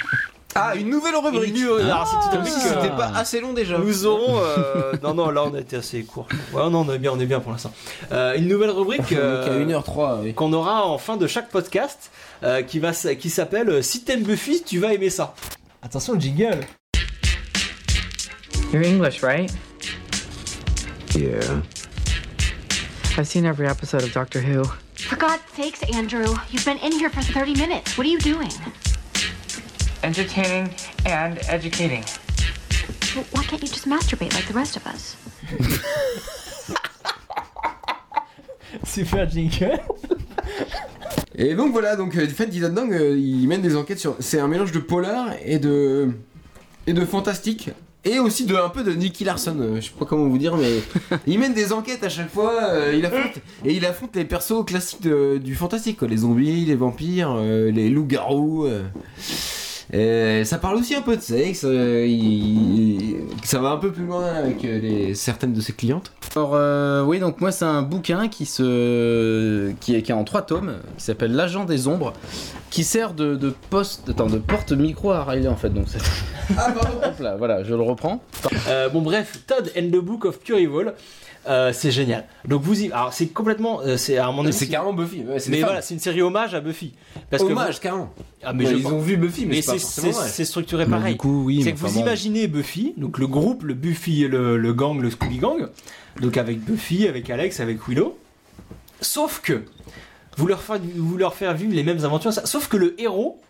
Ah, une nouvelle rubrique
euh, Alors, c'est tout à
Comme
fait
si
que-
Hein Ah, c'était pas assez long déjà.
Nous aurons. euh, non, non, là on a été assez court. je crois. Ouais, non, on est bien, on est bien pour l'instant. Euh, une nouvelle rubrique euh,
à 1h03, oui.
qu'on aura en fin de chaque podcast euh, qui va s- qui s'appelle euh, Si t'aimes Buffy, tu vas aimer ça.
Attention, le jingle.
You're English, right?
Yeah.
I've seen every episode of Doctor Who.
For God's sakes, Andrew, you've been in here for 30 minutes. What are you doing?
Entertaining and educating.
Well, why can't you just masturbate like the rest of us?
Super jingle.
Et donc voilà, donc euh, Fred Dylan Dang, euh, il mène des enquêtes sur. C'est un mélange de polar et de. et de fantastique. Et aussi de un peu de Nicky Larson, euh, je sais pas comment vous dire, mais il mène des enquêtes à chaque fois. euh, il affronte et il affronte les persos classiques de- du fantastique, quoi, les zombies, les vampires, euh, les loups-garous. euh. Euh, ça parle aussi un peu de sexe. euh, il- il- ça va un peu plus loin avec euh, les- certaines de ses clientes.
Alors, euh, oui, donc moi, c'est un bouquin qui, se... qui, est, qui est en trois tomes, qui s'appelle L'Agent des Ombres, qui sert de, de poste, attends, de porte-micro à Riley, en fait. Donc, c'est-
Ah,
Hop là, voilà, je le reprends.
Euh, bon bref, Todd and the Book of Pure Evil, euh, c'est génial. Donc vous y, alors c'est complètement, euh, c'est à mon avis,
Ah, C'est carrément Buffy. ouais, c'est
mais
des femmes.
voilà, c'est une série hommage à Buffy. Parce
Hommage, carrément.
que vous- ah, mais
Ouais,
je
ils
pense-
ont vu Buffy, mais,
mais
c'est pas
c'est-
forcément
c'est
vrai.
c'est structuré pareil.
Du coup, oui.
c'est
mais
que vous
enfin, bon.
imaginez Buffy, donc le groupe, le Buffy, et le, le gang, le Scooby Gang, donc avec Buffy, avec Alex, avec Willow. Sauf que vous leur faire, vous leur faire vivre les mêmes aventures, ça- sauf que le héros,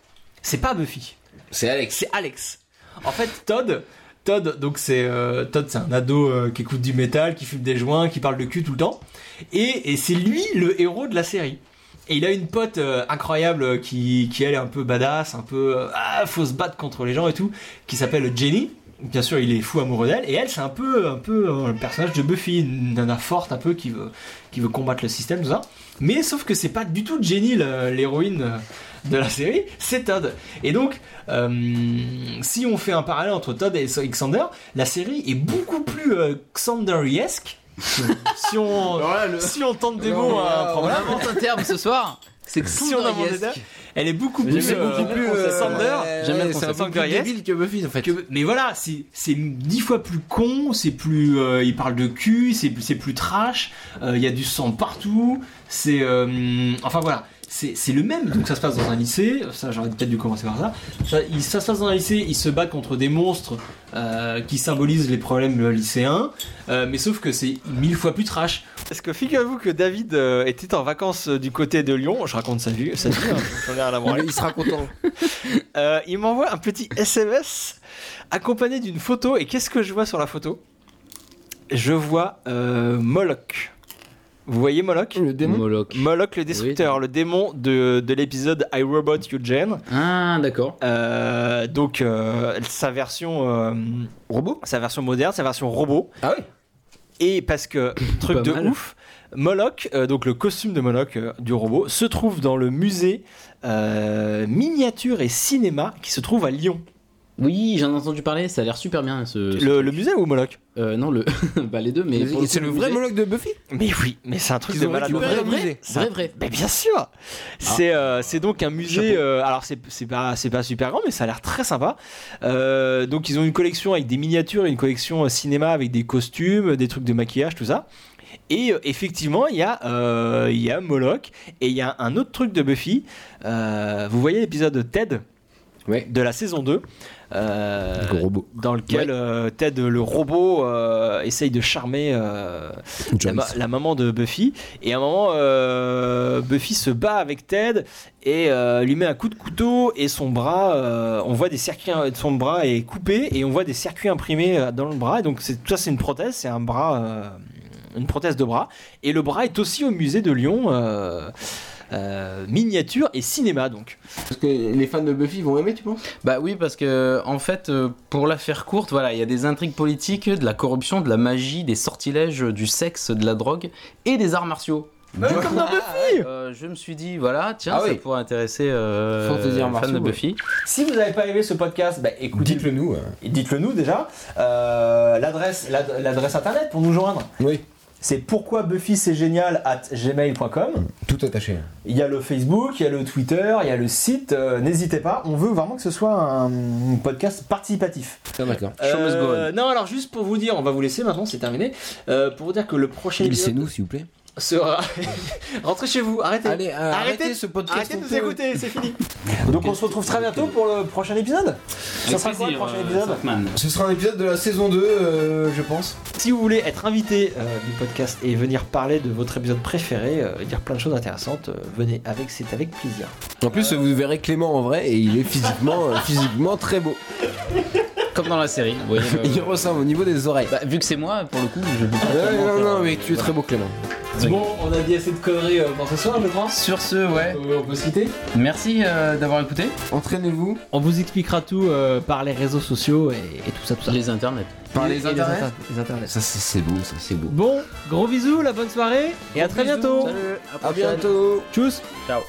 c'est pas Buffy,
C'est Alex.
c'est Alex. En fait, Todd. Todd, donc c'est euh, Todd, c'est un ado euh, qui écoute du métal, qui fume des joints, qui parle de cul tout le temps, et, et c'est lui le héros de la série. Et il a une pote euh, incroyable euh, qui, qui elle est un peu badass, un peu euh, ah faut se battre contre les gens et tout, qui s'appelle Jenny. Bien sûr, il est fou amoureux d'elle et elle c'est un peu un peu euh, le personnage de Buffy, une nana forte un peu qui veut qui veut combattre le système tout ça. Mais sauf que c'est pas du tout Jenny le- l'héroïne euh, de la série, c'est Todd. Et donc euh, si on fait un parallèle entre Todd et Xander, la série est beaucoup plus euh, Xanderiesque. si on
Bah
si on tente des mots à un
On
problème
invente un terme ce soir. C'est que
si on a mon dada, elle est beaucoup
J'aime
plus,
bien le
euh,
concept.
euh, Sander.
J'aime bien le
C'est un
concept.
peu plus
Yes.
débile que Buffy en fait.
que- mais voilà, c'est c'est dix fois plus con, c'est plus, euh, il parle de cul, c'est plus, c'est plus trash, euh, il y a du sang partout, c'est, euh, enfin voilà,
c'est c'est le même. Donc ça se passe dans un lycée. Ça, j'aurais peut-être dû commencer par ça. Ça, il- ça se passe dans un lycée. Ils se battent contre des monstres euh, qui symbolisent les problèmes euh, lycéens. Euh, mais sauf que c'est mille fois plus trash. Parce que figurez-vous que David euh, était en vacances euh, du côté de Lyon. Je raconte sa vie. Sa vie hein, j'en ai rien à branler.
Il sera content.
Euh, il m'envoie un petit SMS accompagné d'une photo. Et qu'est-ce que je vois sur la photo Je vois euh, Moloch. Vous voyez Moloch
Le démon
Moloch.
Moloch le Destructeur, le démon de, de l'épisode I Robot Eugene.
Ah, d'accord.
Euh, donc euh, sa version euh,
Robot
sa version moderne, sa version robot.
Ah oui
Et parce que truc
Pas
de
mal.
ouf, Moloch, euh, donc le costume de Moloch euh, du robot, se trouve dans le musée euh, miniature et cinéma qui se trouve à Lyon.
Oui, j'en ai entendu parler, ça a l'air super bien ce. ce-
Le, le musée ou Moloch
Euh, non, le. bah, les deux, mais. pour
C'est
coup,
le vrai
musée-
Moloch de Buffy
Mais oui, mais c'est un truc
Ils
de
ont
malade.
récupéré
mental.
le musée.
C'est un-
Vrai, vrai.
Mais bien sûr C'est euh, c'est donc un musée. euh, alors, c'est c'est pas, c'est pas super grand, mais ça a l'air très sympa. Euh, donc, ils ont une collection avec des miniatures, une collection euh, cinéma avec des costumes, des trucs de maquillage, tout ça. Et euh, effectivement, il y, a, euh, il y a Moloch et il y a un autre truc de Buffy. Euh, vous voyez l'épisode Ted
Ouais.
de la saison 2 euh,
Le robot.
dans lequel euh, Ted le robot euh, essaye de charmer euh, la, ma- la maman de Buffy. Et à un moment, euh, Buffy se bat avec Ted et euh, lui met un coup de couteau et son bras, euh, on voit des circuits, son bras est coupé et on voit des circuits imprimés euh, dans le bras. Et donc c'est- tout ça, c'est une prothèse, c'est un bras, euh, une prothèse de bras. Et le bras est aussi au musée de Lyon. euh, euh, miniature et cinéma donc
Parce que les fans de Buffy vont aimer, tu penses
Bah oui, parce que en fait, euh, pour la faire courte, voilà, il y a des intrigues politiques, de la corruption, de la magie, des sortilèges, du sexe, de la drogue et des arts martiaux. Du coup, euh, je me suis dit, voilà, tiens,
Ah
ça
oui.
pourrait intéresser euh,
Fantasy arts
les fans
martiaux,
de
ouais.
Buffy.
si vous n'avez pas aimé ce podcast bah écoutez
Dites-le nous. euh.
dites-le nous déjà Euh, l'adresse l'ad- l'adresse internet pour nous joindre
Oui,
c'est pourquoi Buffy c'est génial at gmail.com.
tout attaché.
Il y a le Facebook, il y a le Twitter, il y a le site. euh, N'hésitez pas, on veut vraiment que ce soit un podcast participatif.
Ça maintenant.
Euh, non, alors juste pour vous dire, on va vous laisser maintenant, c'est terminé. Euh, pour vous dire que le prochain épisode
s'il vous plaît.
sera. Rentrez chez vous, arrêtez.
Allez, euh, arrêtez,
Arrêtez-
ce podcast.
Arrêtez de
honteux.
nous écouter, c'est fini. Donc on se retrouve très bientôt pour le prochain épisode. Ça sera quoi le prochain épisode
Ce sera un épisode de la saison 2, euh, je pense.
Si vous voulez être invité euh, du podcast et venir parler de votre épisode préféré euh, et dire plein de choses intéressantes, euh, venez avec, c'est avec plaisir.
En plus, vous verrez Clément en vrai et il est physiquement, euh, physiquement très beau.
Comme dans la série, vous voyez. euh,
Il ressemble au niveau des oreilles.
bah, vu que c'est moi, pour le coup, je peux pas
Ouais,
tellement
non,
faire,
non,
euh,
mais tu es
voilà.
très beau, Clément.
Bon, on a dit assez de conneries euh, pour ce soir, je pense.
Sur ce, ouais.
Euh, on peut se quitter.
Merci euh, d'avoir écouté.
Entraînez-vous.
On vous expliquera tout euh, par les réseaux sociaux et, et tout ça, tout ça.
Les internets.
Par
Et
les internets.
inter- les internets.
Ça, c'est c'est beau, ça, c'est beau.
Bon, gros bisous, la bonne soirée et à très bientôt.
À bientôt.
Tchuss.
Ciao.